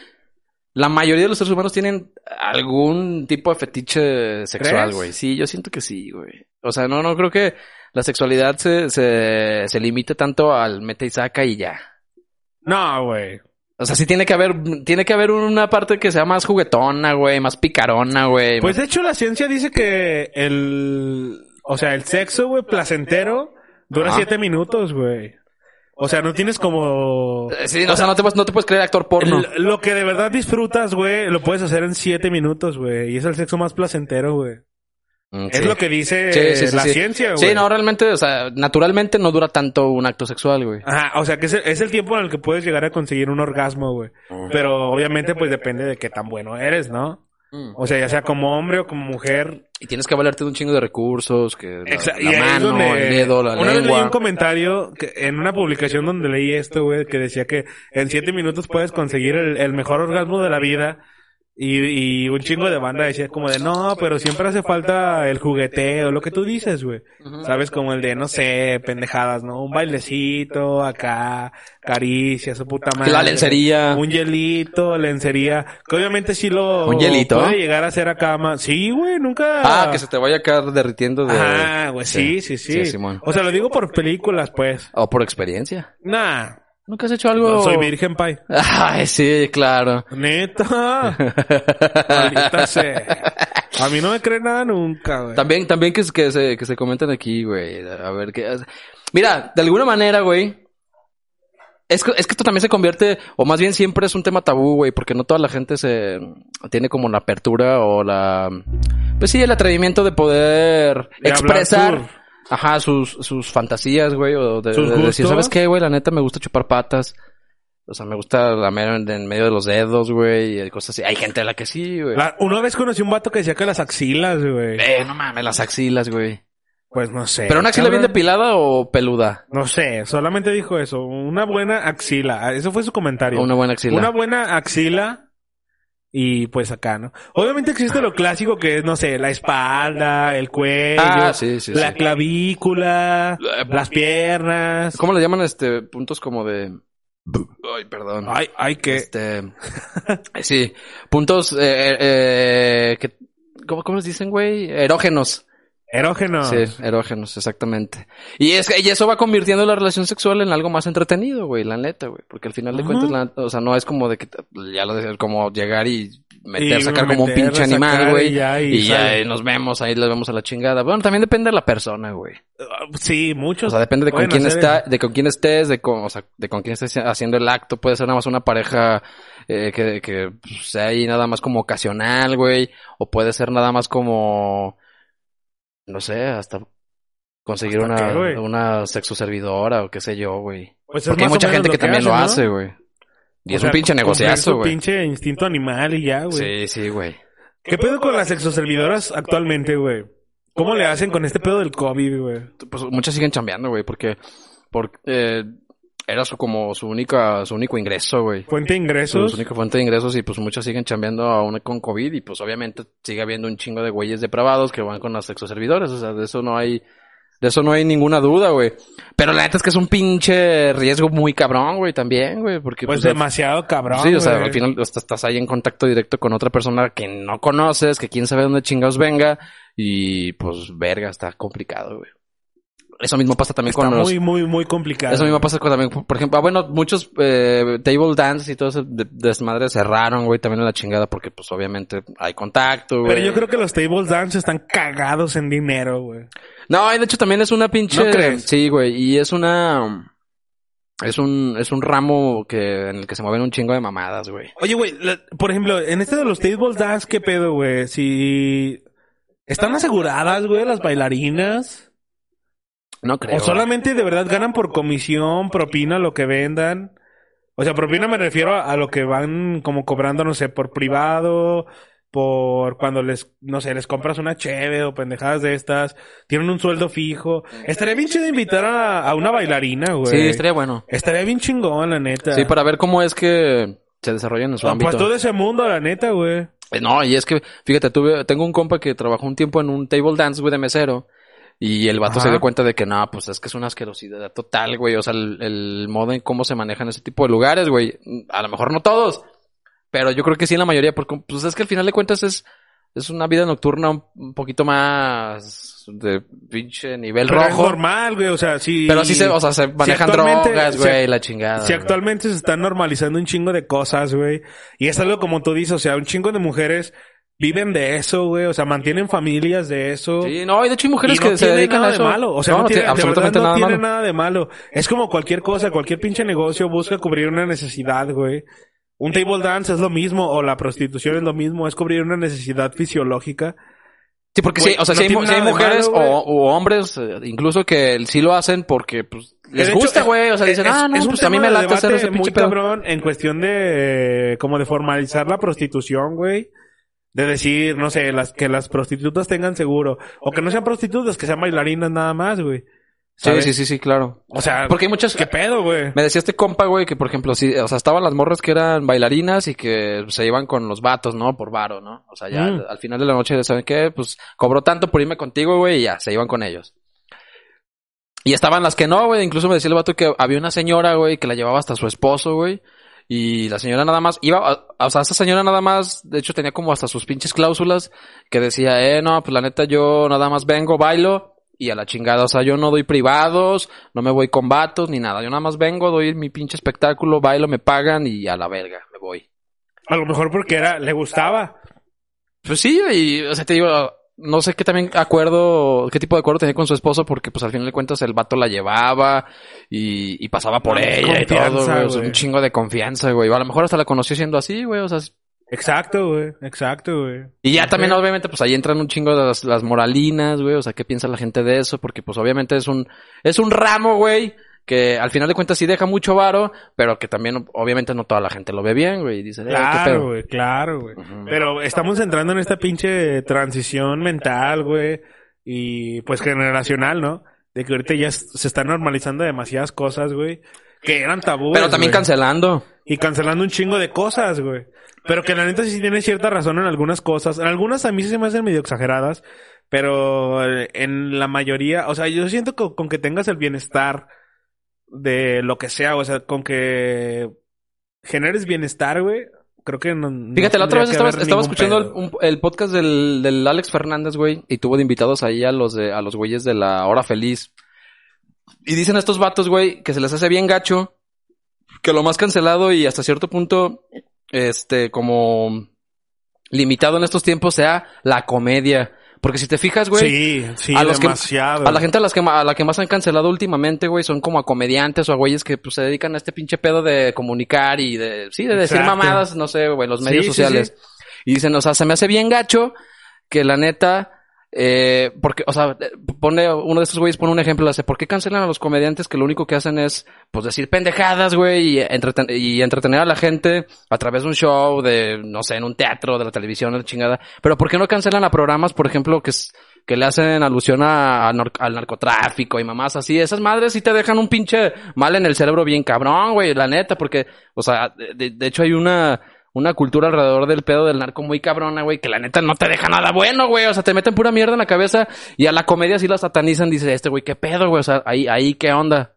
La mayoría de los seres humanos tienen algún tipo de fetiche sexual, ¿Crees? güey. Sí, yo siento que sí, güey. O sea, no, no creo que la sexualidad se, se, se limite tanto al mete y saca y ya. No, güey. O sea, sí tiene que haber, tiene que haber una parte que sea más juguetona, güey, más picarona, güey. Pues de hecho la ciencia dice que el... O sea, el sexo, güey, placentero dura Ajá. siete minutos, güey. O sea, no tienes como... Eh, sí, o sea, no te, puedes- no te puedes creer actor porno. L- Lo que de verdad disfrutas, güey, lo puedes hacer en siete minutos, güey. Y es el sexo más placentero, güey. Mm, Es sí. lo que dice Sí, sí, sí, la sí. ciencia, güey. Sí, no, realmente, o sea, naturalmente no dura tanto un acto sexual, güey. Ajá, o sea, que es el, es el tiempo en el que puedes llegar a conseguir un orgasmo, güey. Pero obviamente, pues depende de qué tan bueno eres, ¿no? Mm. O sea, ya sea como hombre o como mujer. Y tienes que valerte de un chingo de recursos, que la, Exa- la y ahí es mano, donde- el dedo, la una vez leí un lengua. comentario que- en una publicación donde leí esto, güey, que decía que en siete minutos puedes conseguir el, el mejor orgasmo de la vida. Y, y un chingo de banda decía como de, no, pero siempre hace falta el jugueteo, lo que tú dices, güey. Sabes, como el de, no sé, pendejadas, ¿no? Un bailecito acá, caricias, su puta madre. La lencería. Un hielito, lencería. Que obviamente sí lo... ¿Un hielito? Puede llegar a ser acá más... Sí, güey, nunca... Ah, que se te vaya a caer derritiendo de... Ajá, güey, sí, pues sí, sí. Simón. o sea, lo digo por películas, pues. O por experiencia. Nah, ¿Nunca has hecho algo...? no soy virgen, pai. Ay, sí, claro. Neta. Maldita sea. A mí no me cree nada nunca, güey. También, también que, que, se, que se comenten aquí, güey. A ver qué. Mira, de alguna manera, güey. Es que, es que esto también se convierte, o más bien siempre es un tema tabú, güey, porque no toda la gente se tiene como la apertura o la. Pues sí, el atrevimiento de poder De hablar expresar. sus- Ajá, sus, sus fantasías, güey, o de, Sus de decir, gustos. ¿sabes qué, güey? La neta me gusta chupar patas. O sea, me gusta lamer en, en medio de los dedos, güey, y cosas así. Hay gente a la que sí, güey. La- una vez conocí un vato que decía que las axilas, güey. Eh, no mames, las axilas, güey. Pues no sé. ¿Pero una axila bien Cabrón. depilada o peluda? No sé, solamente dijo eso. Una buena axila. Eso Ah, fue su comentario. Una buena axila. Una buena axila. Y pues acá, ¿no? Obviamente existe lo clásico que es, no sé, la espalda, el cuello, Ah, sí, sí, la sí. clavícula, La- las piernas. ¿Cómo le llaman este puntos como de Ay, perdón. Ay, ay, que... Este sí, puntos eh, eh, que- ¿Cómo, ¿Cómo les dicen, güey? Erógenos. Erógeno. Sí, erógenos, exactamente. Y es que- y eso va convirtiendo la relación sexual en algo más entretenido, güey, la neta, güey. Porque al final de Ajá. cuentas, la- o sea, no es como de que, te- ya lo decía, como llegar y meter, Y sacar como un meter, pinche sacar animal, y güey. Y ya, ya, y sale. eh, nos vemos, ahí les vemos a la chingada. Bueno, también depende de la persona, güey. Ah, Sí, muchos. O sea, depende de con pueden quién hacer está, eso. de con quién estés, de con, o sea, de con quién estés haciendo el acto. Puede ser nada más una pareja eh, que, que pues, sea ahí nada más como ocasional, güey. O puede ser nada más como, no sé, hasta conseguir ¿Hasta qué, una, güey? una sexo servidora o qué sé yo, güey. Pues es Porque hay más o mucha menos gente que, también hacen, lo ¿no? hace, güey. Y O es sea, un pinche cumplir negociazo, su güey. pinche instinto animal y ya, Sí, güey. sí, güey. ¿Qué pedo con las exoservidoras actualmente, güey? ¿Cómo le hacen con este pedo del COVID, güey? pues muchas siguen chambeando, güey, porque, porque eh, era su como su única, su único ingreso, güey. Fuente de Su, ingresos. su única fuente de ingresos y pues muchas siguen chambeando aún con COVID y pues obviamente sigue habiendo un chingo de güeyes depravados que van con los sexoservidores, o sea, de eso no hay, de eso no hay ninguna duda, güey. Pero la neta es que es un pinche riesgo muy cabrón, güey, también, güey, porque Pues al- demasiado cabrón. Sí, o sea, güey. al final hasta estás ahí en contacto directo con otra persona que no conoces, que quién sabe dónde chingados venga y pues verga, está complicado, güey. Eso mismo pasa también Está con los... muy, muy, muy complicado. Eso mismo pasa con también, por ejemplo, ah, bueno, muchos eh, table dance y todo ese de- desmadre cerraron, güey, también en la chingada porque pues obviamente hay contacto, güey. Pero yo creo que los table dance están cagados en dinero, güey. No, y de hecho también es una pinche. ¿No crees? Sí, güey. Y es una. Es un, es un ramo que, en el que se mueven un chingo de mamadas, güey. Oye, güey, la- por ejemplo, en este de los table dance, ¿qué pedo, güey? Si... ¿Están aseguradas, güey, las bailarinas? No creo. ¿O solamente de verdad ganan por comisión, propina, lo que vendan? O sea, propina me refiero a, a lo que van como cobrando, no sé, por privado, por cuando les, no sé, les compras una cheve o pendejadas de estas, tienen un sueldo fijo. Estaría bien chido invitar a, a una bailarina, güey. Sí, estaría bueno. Estaría bien chingón, la neta. Sí, para ver cómo es que se desarrollan en su Ah, ámbito. Pues todo ese mundo, la neta, güey. Eh, No, y es que, fíjate, tuve, tengo un compa que trabajó un tiempo en un table dance, güey, de mesero. Y el vato Ajá. se dio cuenta de que no, pues es que es una asquerosidad total, güey. O sea, el, el modo en cómo se manejan ese tipo de lugares, güey. A lo mejor no todos, pero yo creo que sí en la mayoría, porque pues es que al final de cuentas es, es una vida nocturna un, un poquito más de pinche nivel Pero es rojo. normal, güey, o sea, sí. pero sí se, o sea, se manejan actualmente- drogas, si güey, ac- la chingada. Si güey. actualmente se están normalizando un chingo de cosas, güey. Y es algo como tú dices, o sea, un chingo de mujeres viven de eso, güey. O sea, mantienen familias de eso. Sí, no, y de hecho hay mujeres Y no que se tiene dedican nada a eso. de malo. O sea, no, no tiene, de absolutamente verdad, no nada tiene malo. nada de malo. Es como cualquier cosa, cualquier pinche negocio busca cubrir una necesidad, güey. Un table dance es lo mismo, o la prostitución es lo mismo, es cubrir una necesidad fisiológica. Sí, porque Güey, sí, o sea, no sí hay, tiene mu- sí hay nada de mujeres malo, o, o hombres, eh, incluso que sí lo hacen porque pues, les De hecho, gusta, es- güey. O sea, es- dicen, ah, no, es un pues a mí me tema de late hacer debate ese muy pinche pedo. cabrón en cuestión de eh, como de formalizar la prostitución, güey. De decir, no sé, las que las prostitutas tengan seguro o que no sean prostitutas, que sean bailarinas nada más, güey. Sí, ¿Sabes? sí, sí, sí, claro. O sea, Porque hay muchas... eh, qué pedo, güey. Me decía este compa, güey, que por ejemplo, sí, o sea, estaban las morras que eran bailarinas y que se iban con los vatos, ¿no? Por varo, ¿no? O sea, ya Mm. al final de la noche, ¿saben qué? Pues cobró tanto por irme contigo, güey, y ya, se iban con ellos. Y estaban las que no, güey. Incluso me decía el vato que había una señora, güey, que la llevaba hasta su esposo, güey. Y la señora nada más iba, a- o sea, esa señora nada más, de hecho tenía como hasta sus pinches cláusulas que decía, eh, no, pues la neta yo nada más vengo, bailo y a la chingada, o sea, yo no doy privados, no me voy con vatos ni nada, yo nada más vengo, doy mi pinche espectáculo, bailo, me pagan y a la verga, me voy. A lo mejor porque era le gustaba. Pues sí, y, o sea, te digo, no sé qué también acuerdo, qué tipo de acuerdo tenía con su esposo, porque pues al final de cuentas el vato la llevaba y, y pasaba por No, es ella y confianza, todo, güey, o sea, güey. un chingo de confianza, güey. A lo mejor hasta la conoció siendo así, güey, o sea, Exacto, güey. Exacto, güey. y ya también, Ujú. obviamente, pues ahí entran un chingo de las, las moralinas, güey. O sea, ¿qué piensa la gente de eso? Porque, pues, obviamente es un, es un ramo, güey, que al final de cuentas sí deja mucho varo, pero que también, obviamente, no toda la gente lo ve bien, güey. Y dice, "Eh, qué Claro, pedo. güey, claro, güey. Ujú. Pero estamos entrando en esta pinche transición mental, güey, y pues generacional, ¿no? De que ahorita ya s- se están normalizando demasiadas cosas, güey. que eran tabúes. Pero también güey. cancelando. Y cancelando un chingo de cosas, güey. Pero que la neta sí tiene cierta razón en algunas cosas. En algunas a mí sí se me hacen medio exageradas. Pero eh, en la mayoría, o sea, yo siento que con que tengas el bienestar de lo que sea, o sea, con que generes bienestar, güey, creo que no. no Fíjate, la otra tendría vez que estaba, estaba haber ningún escuchando el, pedo. un- el podcast del, del Alex Fernández, güey, y tuvo de invitados ahí a los de, a los güeyes de la hora feliz. Y dicen a estos vatos, güey, que se les hace bien gacho, que lo más cancelado y hasta cierto punto, este, como limitado en estos tiempos sea la comedia. Porque si te fijas, güey, Sí, sí, a los que- demasiado. a la gente a, las que, ma- a la que más han cancelado últimamente, güey, son como a comediantes o a güeyes que pues, se dedican a este pinche pedo de comunicar y de, sí, de decir Exacto. mamadas, no sé, güey, en los medios Sí, sí, sociales. Y dicen, o sea, se me hace bien gacho que la neta, eh, porque, o sea, eh, pone, uno de estos güeyes pone un ejemplo, hace, ¿por qué cancelan a los comediantes que lo único que hacen es, pues, decir pendejadas, güey, y, entreten- y entretener a la gente a través de un show, de, no sé, en un teatro, de la televisión, de la chingada? Pero ¿por qué no cancelan a programas, por ejemplo, que, s- que le hacen alusión a, a nor- al narcotráfico y mamás así? Esas madres sí te dejan un pinche mal en el cerebro bien cabrón, güey, la neta, porque, o sea, de- de- de hecho hay una, una cultura alrededor del pedo del narco muy cabrona, güey, que la neta no te deja nada bueno, güey. O sea, te meten pura mierda en la cabeza y a la comedia sí la satanizan. Dice, este güey, qué pedo, güey. O sea, ahí, ahí, qué onda.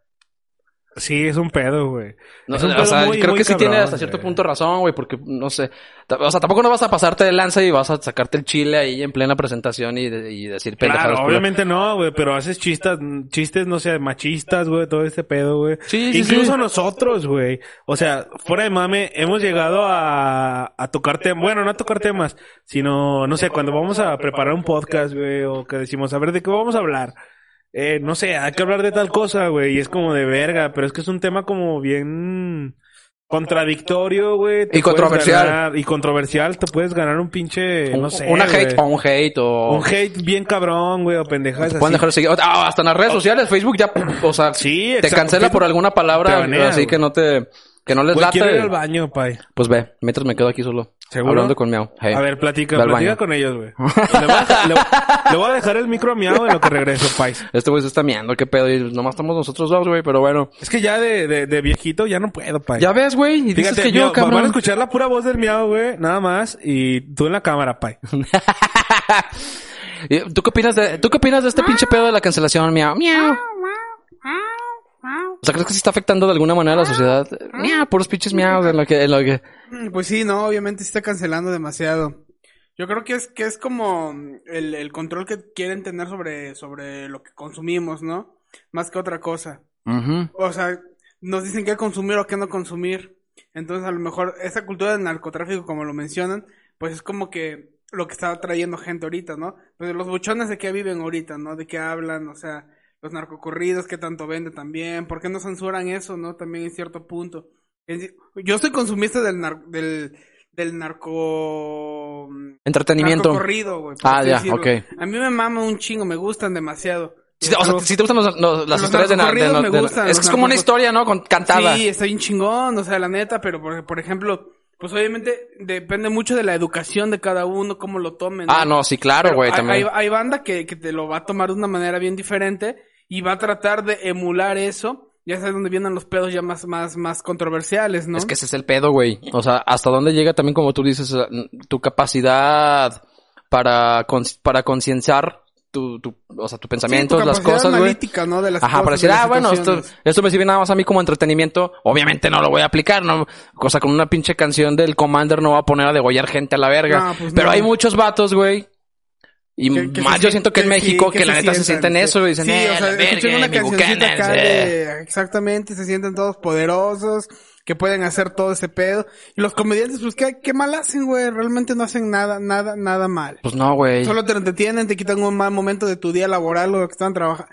Sí, es un pedo, güey. No, Es un o pedo sea, muy- creo muy que sí cabrón, tiene hasta cierto güey. punto razón, güey, porque no sé. Ta- O sea, tampoco no vas a pasarte de lanza y vas a sacarte el chile ahí en plena presentación y, de- y decir pendejadas. Claro, culo. obviamente no, güey, pero haces chistas, chistes, no sé, machistas, güey, todo este pedo, güey. Sí, sí, Incluso sí. nosotros, güey. O sea, fuera de mame, hemos llegado a, a tocar temas, bueno, no a tocar temas, sino, no sé, cuando vamos a preparar un podcast, güey, o que decimos, a ver, ¿de qué vamos a hablar? Eh, no sé, hay que hablar de tal cosa, güey, y es como de verga, pero es que es un tema como bien contradictorio, güey. te Y puedes controversial. ganar- y controversial, te puedes ganar un pinche, Un- Eh, no sé, una hate güey. o un hate o. Un hate bien cabrón, güey, o pendejadas Oh. Pueden así. dejar de seguir. Ah, hasta en las redes sociales, Facebook ya, o sea, Sí, te exacto. cancela por alguna palabra, Te banea, así güey. que no te, que no les Güey, late. quiero ir al baño, pay. Pues ve, mientras me quedo aquí solo. ¿Seguro? Hablando con Miau. Hey. A ver, platica, Ve al platica baño. con ellos, güey. Le, voy a dejar- le voy- le voy a dejar el micro a miau en lo que regreso, pay. Este güey se está miando, qué pedo. Y nomás estamos nosotros dos, güey, pero bueno. Es que ya de, de, de viejito ya no puedo, pay. Ya ves, güey, y dices Fíjate, que yo, miau, va- cabrón. van a escuchar la pura voz del miau, güey, nada más, y tú en la cámara, pay. Y- ¿Tú qué opinas de, tú qué opinas de este pinche pedo de la cancelación, Miau? Miau. O sea, ¿crees que se está afectando de alguna manera a la sociedad? Miau, puros pinches miau, en lo que, en lo que. Mm, Pues sí, no, obviamente se está cancelando demasiado. Yo creo que es que es como mm, el, el control que quieren tener sobre, sobre lo que consumimos, ¿no? Más que otra cosa. Ujú. O sea, nos dicen qué consumir o qué no consumir. Entonces, a lo mejor esa cultura del narcotráfico, como lo mencionan, pues es como que lo que está trayendo gente ahorita, ¿no? Pues los buchones de qué viven ahorita, ¿no? De qué hablan, o sea, los narcocorridos, qué tanto vende también, ¿por qué no censuran eso, no? También en cierto punto. Es decir, Yo soy consumista del nar- del, del narco... Entretenimiento. narcocorrido, güey. por Ah, así ya, decirlo. ok. A mí me mama un chingo, me gustan demasiado. Si te, o sea, si te gustan los- los- las Los historias de, na- de, narcocorridos me de- gustan, Es que los es como una narcocor- historia, ¿no? Con, cantada. Sí, está bien chingón, o sea, la neta, pero por, por ejemplo, pues obviamente depende mucho de la educación de cada uno, cómo lo tomen. ah, no, sí, claro, Pero güey, hay- también. Hay, hay banda que, que te lo va a tomar de una manera bien diferente y va a tratar de emular eso. Ya sabes dónde vienen los pedos ya más, más, más controversiales, ¿no? Es que ese es el pedo, güey. O sea, hasta dónde llega también, como tú dices, eh, tu capacidad para, cons- para concienciar tu, tu, o sea, tu Sí, tu pensamiento, las capacidad cosas, güey. analítica, ¿no? De las Ajá, cosas, para decir, de las ah, bueno, esto, situaciones. esto me sirve nada más a mí como entretenimiento. Obviamente no lo voy a aplicar, ¿no? O sea, con una pinche canción del Commander no va a poner a degollar gente a la verga. No, pues Pero no. hay muchos vatos, güey. Y Que- que más se yo sien- siento que en sí, México, que, la se neta se sienten eso, güey. Dicen, sí, eh, o sea, la verga, escuchan una mi cancioncita Buchanan, acá eh". de- exactamente, se sienten todos poderosos, que pueden hacer todo ese pedo. Y los comediantes, pues, ¿qué, qué mal hacen, güey? Realmente no hacen nada, nada, nada mal. Pues no, güey. Solo te entretienen, te quitan un mal momento de tu día laboral o lo que están trabajando,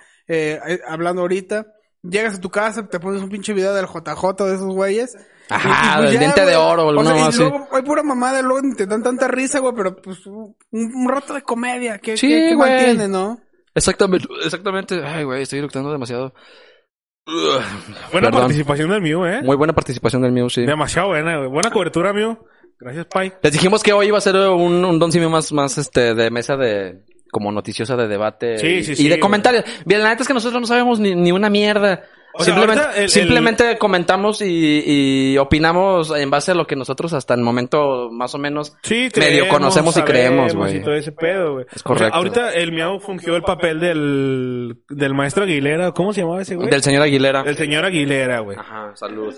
hablando ahorita. Llegas a tu casa, te pones un pinche video del JJ de esos güeyes. Ajá, Y, y, del diente de güey. oro, O alguna sea, y mamá así. luego hay pura mamada, luego te dan tanta risa, güey, pero pues un, un rato de comedia. ¿Qué, Sí, qué, qué mal güey. tiene, no? Exactamente, exactamente. Ay, güey, estoy eructando demasiado. Ugh. Buena Perdón. participación del Miu, eh. Muy buena participación del Mew, sí. Demasiado buena, güey. Buena cobertura, Miu. Gracias, pay. Les dijimos que hoy iba a ser un, un Don Simio más, más este, de mesa de, como noticiosa de debate. Sí, y, sí, y sí, de güey. comentarios. Bien, la neta es que nosotros no sabemos ni, ni una mierda. sea, simplemente ahorita el- el- simplemente comentamos y, y opinamos en base a lo que nosotros hasta el momento más o menos Sí, medio creemos, conocemos y sabemos creemos, y güey. todo ese pedo, güey. Es correcto. ahorita el miau fungió el papel del, del maestro Aguilera. ¿Cómo se llamaba ese güey? Del señor Aguilera. Del señor Aguilera, güey. Ajá, salud.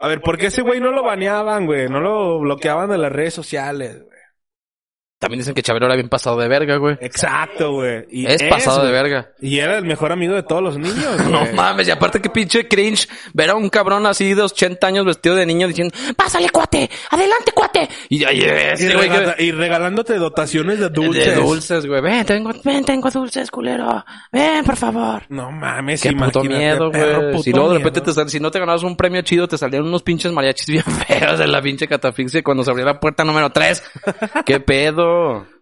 A ver, ¿por qué ese güey no lo baneaban, güey? No lo bloqueaban de las redes sociales, güey. También dicen que Chabelo era bien pasado de verga, güey. Exacto, güey. Y Es pasado de güey. verga. Y era el mejor amigo de todos los niños, No güey. mames, y aparte que pinche cringe ver a un cabrón así de 80 años vestido de niño diciendo, pásale cuate, adelante cuate. Y ay, Y, este güey regala- que... y regalándote dotaciones de De dulces. dulces, güey. Ven, tengo, ven, tengo dulces, culero. Ven, por favor. No mames, Qué puto imagínate, miedo, perro, güey. puto Si luego de repente miedo. te sal- si no te ganabas un premio chido, te salían unos pinches mariachis bien feos de la pinche catafixia cuando se abrió la puerta número 3. ¿Qué pedo?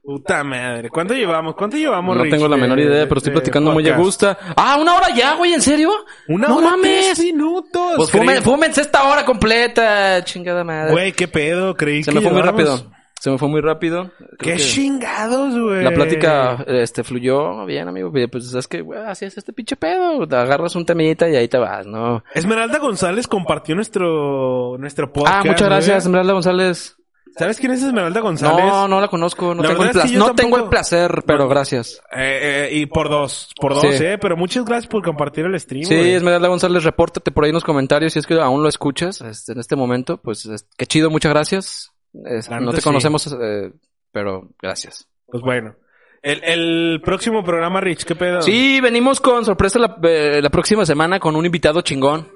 Puta madre. ¿Cuánto llevamos? ¿Cuánto llevamos, No Rich, tengo la de- menor idea, pero estoy de platicando muy a podcast? gusto. Ah, una hora ya, güey, ¿en serio? Una no hora mames. tres minutos. Pues Creí- fumen, fúmense esta hora completa, chingada madre. Güey, qué pedo, creí se que me fue muy llevábamos- rápido. Se me fue muy rápido. Creo Qué que chingados, güey. La plática Eh. este fluyó bien, amigo. Pues es que, güey, así es este pinche pedo. Te agarras un temillita y ahí te vas, ¿no? Esmeralda González compartió nuestro nuestro podcast. ah, muchas gracias, güey. Esmeralda González. ¿Sabes quién es Esmeralda González? No, no la conozco. No, La tengo el, verdad es que placer, yo no tengo tampoco- el placer, pero gracias. Eh, eh, y por dos, por dos, Sí. eh. Pero muchas gracias por compartir el stream. Sí, güey. Esmeralda González, repórtate por ahí en los comentarios si es que aún lo escuchas este, en este momento. Pues es- qué chido, muchas gracias. Es- La no neta, te sí. conocemos, eh, pero gracias. Pues bueno. El, el próximo programa, Rich, ¿qué pedo? Sí, venimos con sorpresa la, eh, la próxima semana con un invitado chingón,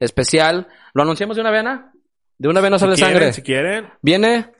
especial. ¿Lo anunciamos de una vena? De una vena sale si quieren, sangre. Si quieren. Viene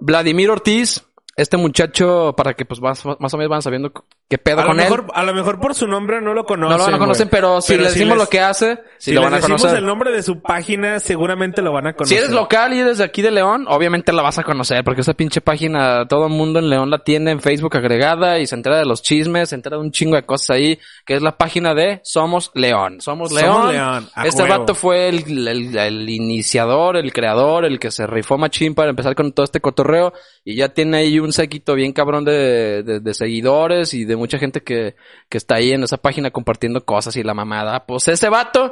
Vladimir Ortiz, este muchacho, para que pues más, más o menos van sabiendo qué pedo a, lo con él. mejor, a lo mejor por su nombre no lo No conocen. lo van a conocer, güey. pero si le decimos lo que hace, si, Si, lo les van a decimos conocer. el nombre de su página, seguramente lo van a Si conocer. eres local y eres de aquí de León, obviamente la vas a conocer, porque esa pinche página todo el mundo en León la tiene en Facebook agregada y se entera de los chismes, se entera de un chingo de cosas ahí, que es la página de Somos León. Somos Somos León. León, a este huevo. vato fue el, el- el iniciador, el creador, el que se rifó machín para empezar con todo este cotorreo y ya tiene ahí un séquito bien cabrón de, de- de seguidores y de mucha gente que, que está ahí en esa página compartiendo cosas y la mamada. Pues ese vato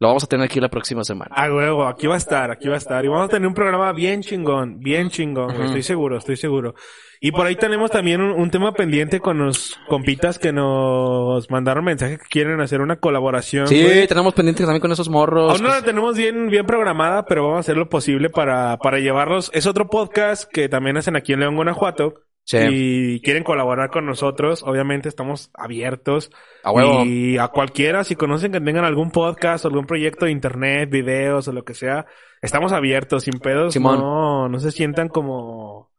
lo vamos a tener aquí la próxima semana. Ah, huevo, aquí va a estar, aquí va a estar. Y vamos a tener un programa bien chingón, bien chingón, güey. Ujú. Estoy seguro, estoy seguro. Y por ahí tenemos también un, un tema pendiente con los compitas que nos mandaron mensajes que quieren hacer una colaboración. Sí, Ah, güey. tenemos pendiente también con esos morros. Aún no la tenemos bien, bien programada, pero vamos a hacer lo posible para, para llevarlos. Es otro podcast que también hacen aquí en León, Guanajuato. Sí. Y quieren colaborar con nosotros. Obviamente estamos abiertos. A huevo. Y a cualquiera, si conocen que tengan algún podcast o algún proyecto de internet, videos o lo que sea, estamos abiertos, sin pedos. Simón. No, no se sientan como,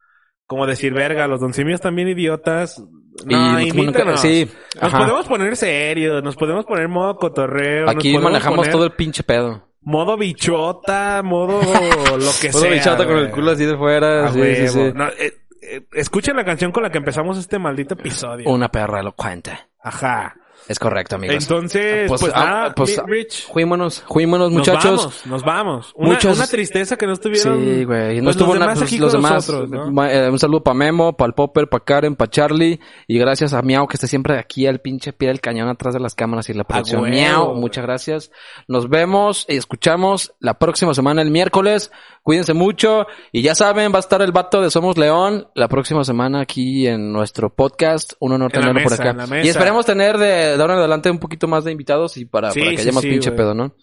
como decir verga, los doncimios también idiotas. Y No, nos comunica- invítanos. sí, Nos ajá. podemos poner serios, nos podemos poner modo cotorreo. nos Aquí podemos manejamos poner- todo el pinche pedo. Modo bichota, modo lo que Todo sea. bichota con güey. el culo así de fuera. A sí, sí, huevo. sí. No, eh, eh, escuchen la canción con la que empezamos este maldito episodio. Una perra elocuente. Ajá. Es correcto, amigos. Entonces, pues, ah, nada, pues, Ri- ah, Rich. juímonos, juímonos, Nos muchachos. vamos, nos vamos. Una, Muchos- una tristeza que no estuvieron. Sí, güey. No pues, estuvo los nada. demás pues, aquí los con demás. nosotros, ¿no? ma- eh, un saludo para Memo, para el Popper, para Karen, para Charlie. Y gracias a Miau, que está siempre aquí al pinche pie del cañón atrás de las cámaras y la producción. huevo, Miau, güey. muchas gracias. Nos vemos y escuchamos la próxima semana, el miércoles. Cuídense mucho. Y ya saben, va a estar el vato de Somos León la próxima semana aquí en nuestro podcast. Un honor En la tenerlo por mesa, acá. en la mesa. Y esperemos tener de, de ahora en adelante un poquito más de invitados y para, Sí, para que sí, haya más sí, pinche güey. pedo, ¿no?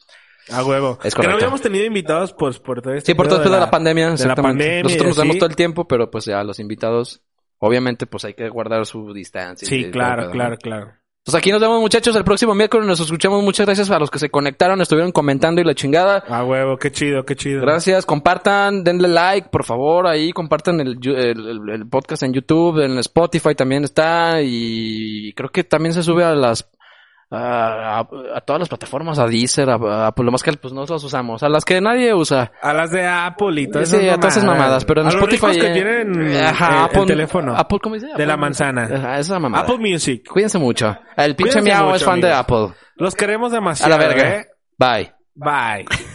A huevo. Es que no correcto. habíamos tenido invitados pues, por todo este Sí, por pedo todo después de la, pandemia. De la exactamente. pandemia. Nosotros nos y vemos así. todo el tiempo, pero pues ya los invitados, obviamente, pues hay que guardar su distancia. Sí, y- claro, pero- claro, claro. Entonces Pues, aquí nos vemos, muchachos, el próximo miércoles. Nos escuchamos. Muchas gracias a los que se conectaron, estuvieron comentando y la chingada. A huevo, qué chido, qué chido. Gracias, compartan, denle like, por favor, ahí compartan el, yu- el- el- el podcast en YouTube, en Spotify también está y creo que también se sube a las a, a- a todas las plataformas, a Deezer, a, a- pues lo más que pues no las usamos, a las que nadie usa. A las de Apple y todas Sí, esas a todas esas mamadas, pero en a Spotify. Los ricos que eh, tienen ajá, eh, Apple- el teléfono. Apple, ¿cómo dice? de la Apple- manzana. Ajá, esa mamada. Apple Music. Cuídense mucho. El pinche Cuídense miau mucho, es fan de amigos. Apple. Los queremos A demasiado. la verga. ¿eh? Bye. Bye.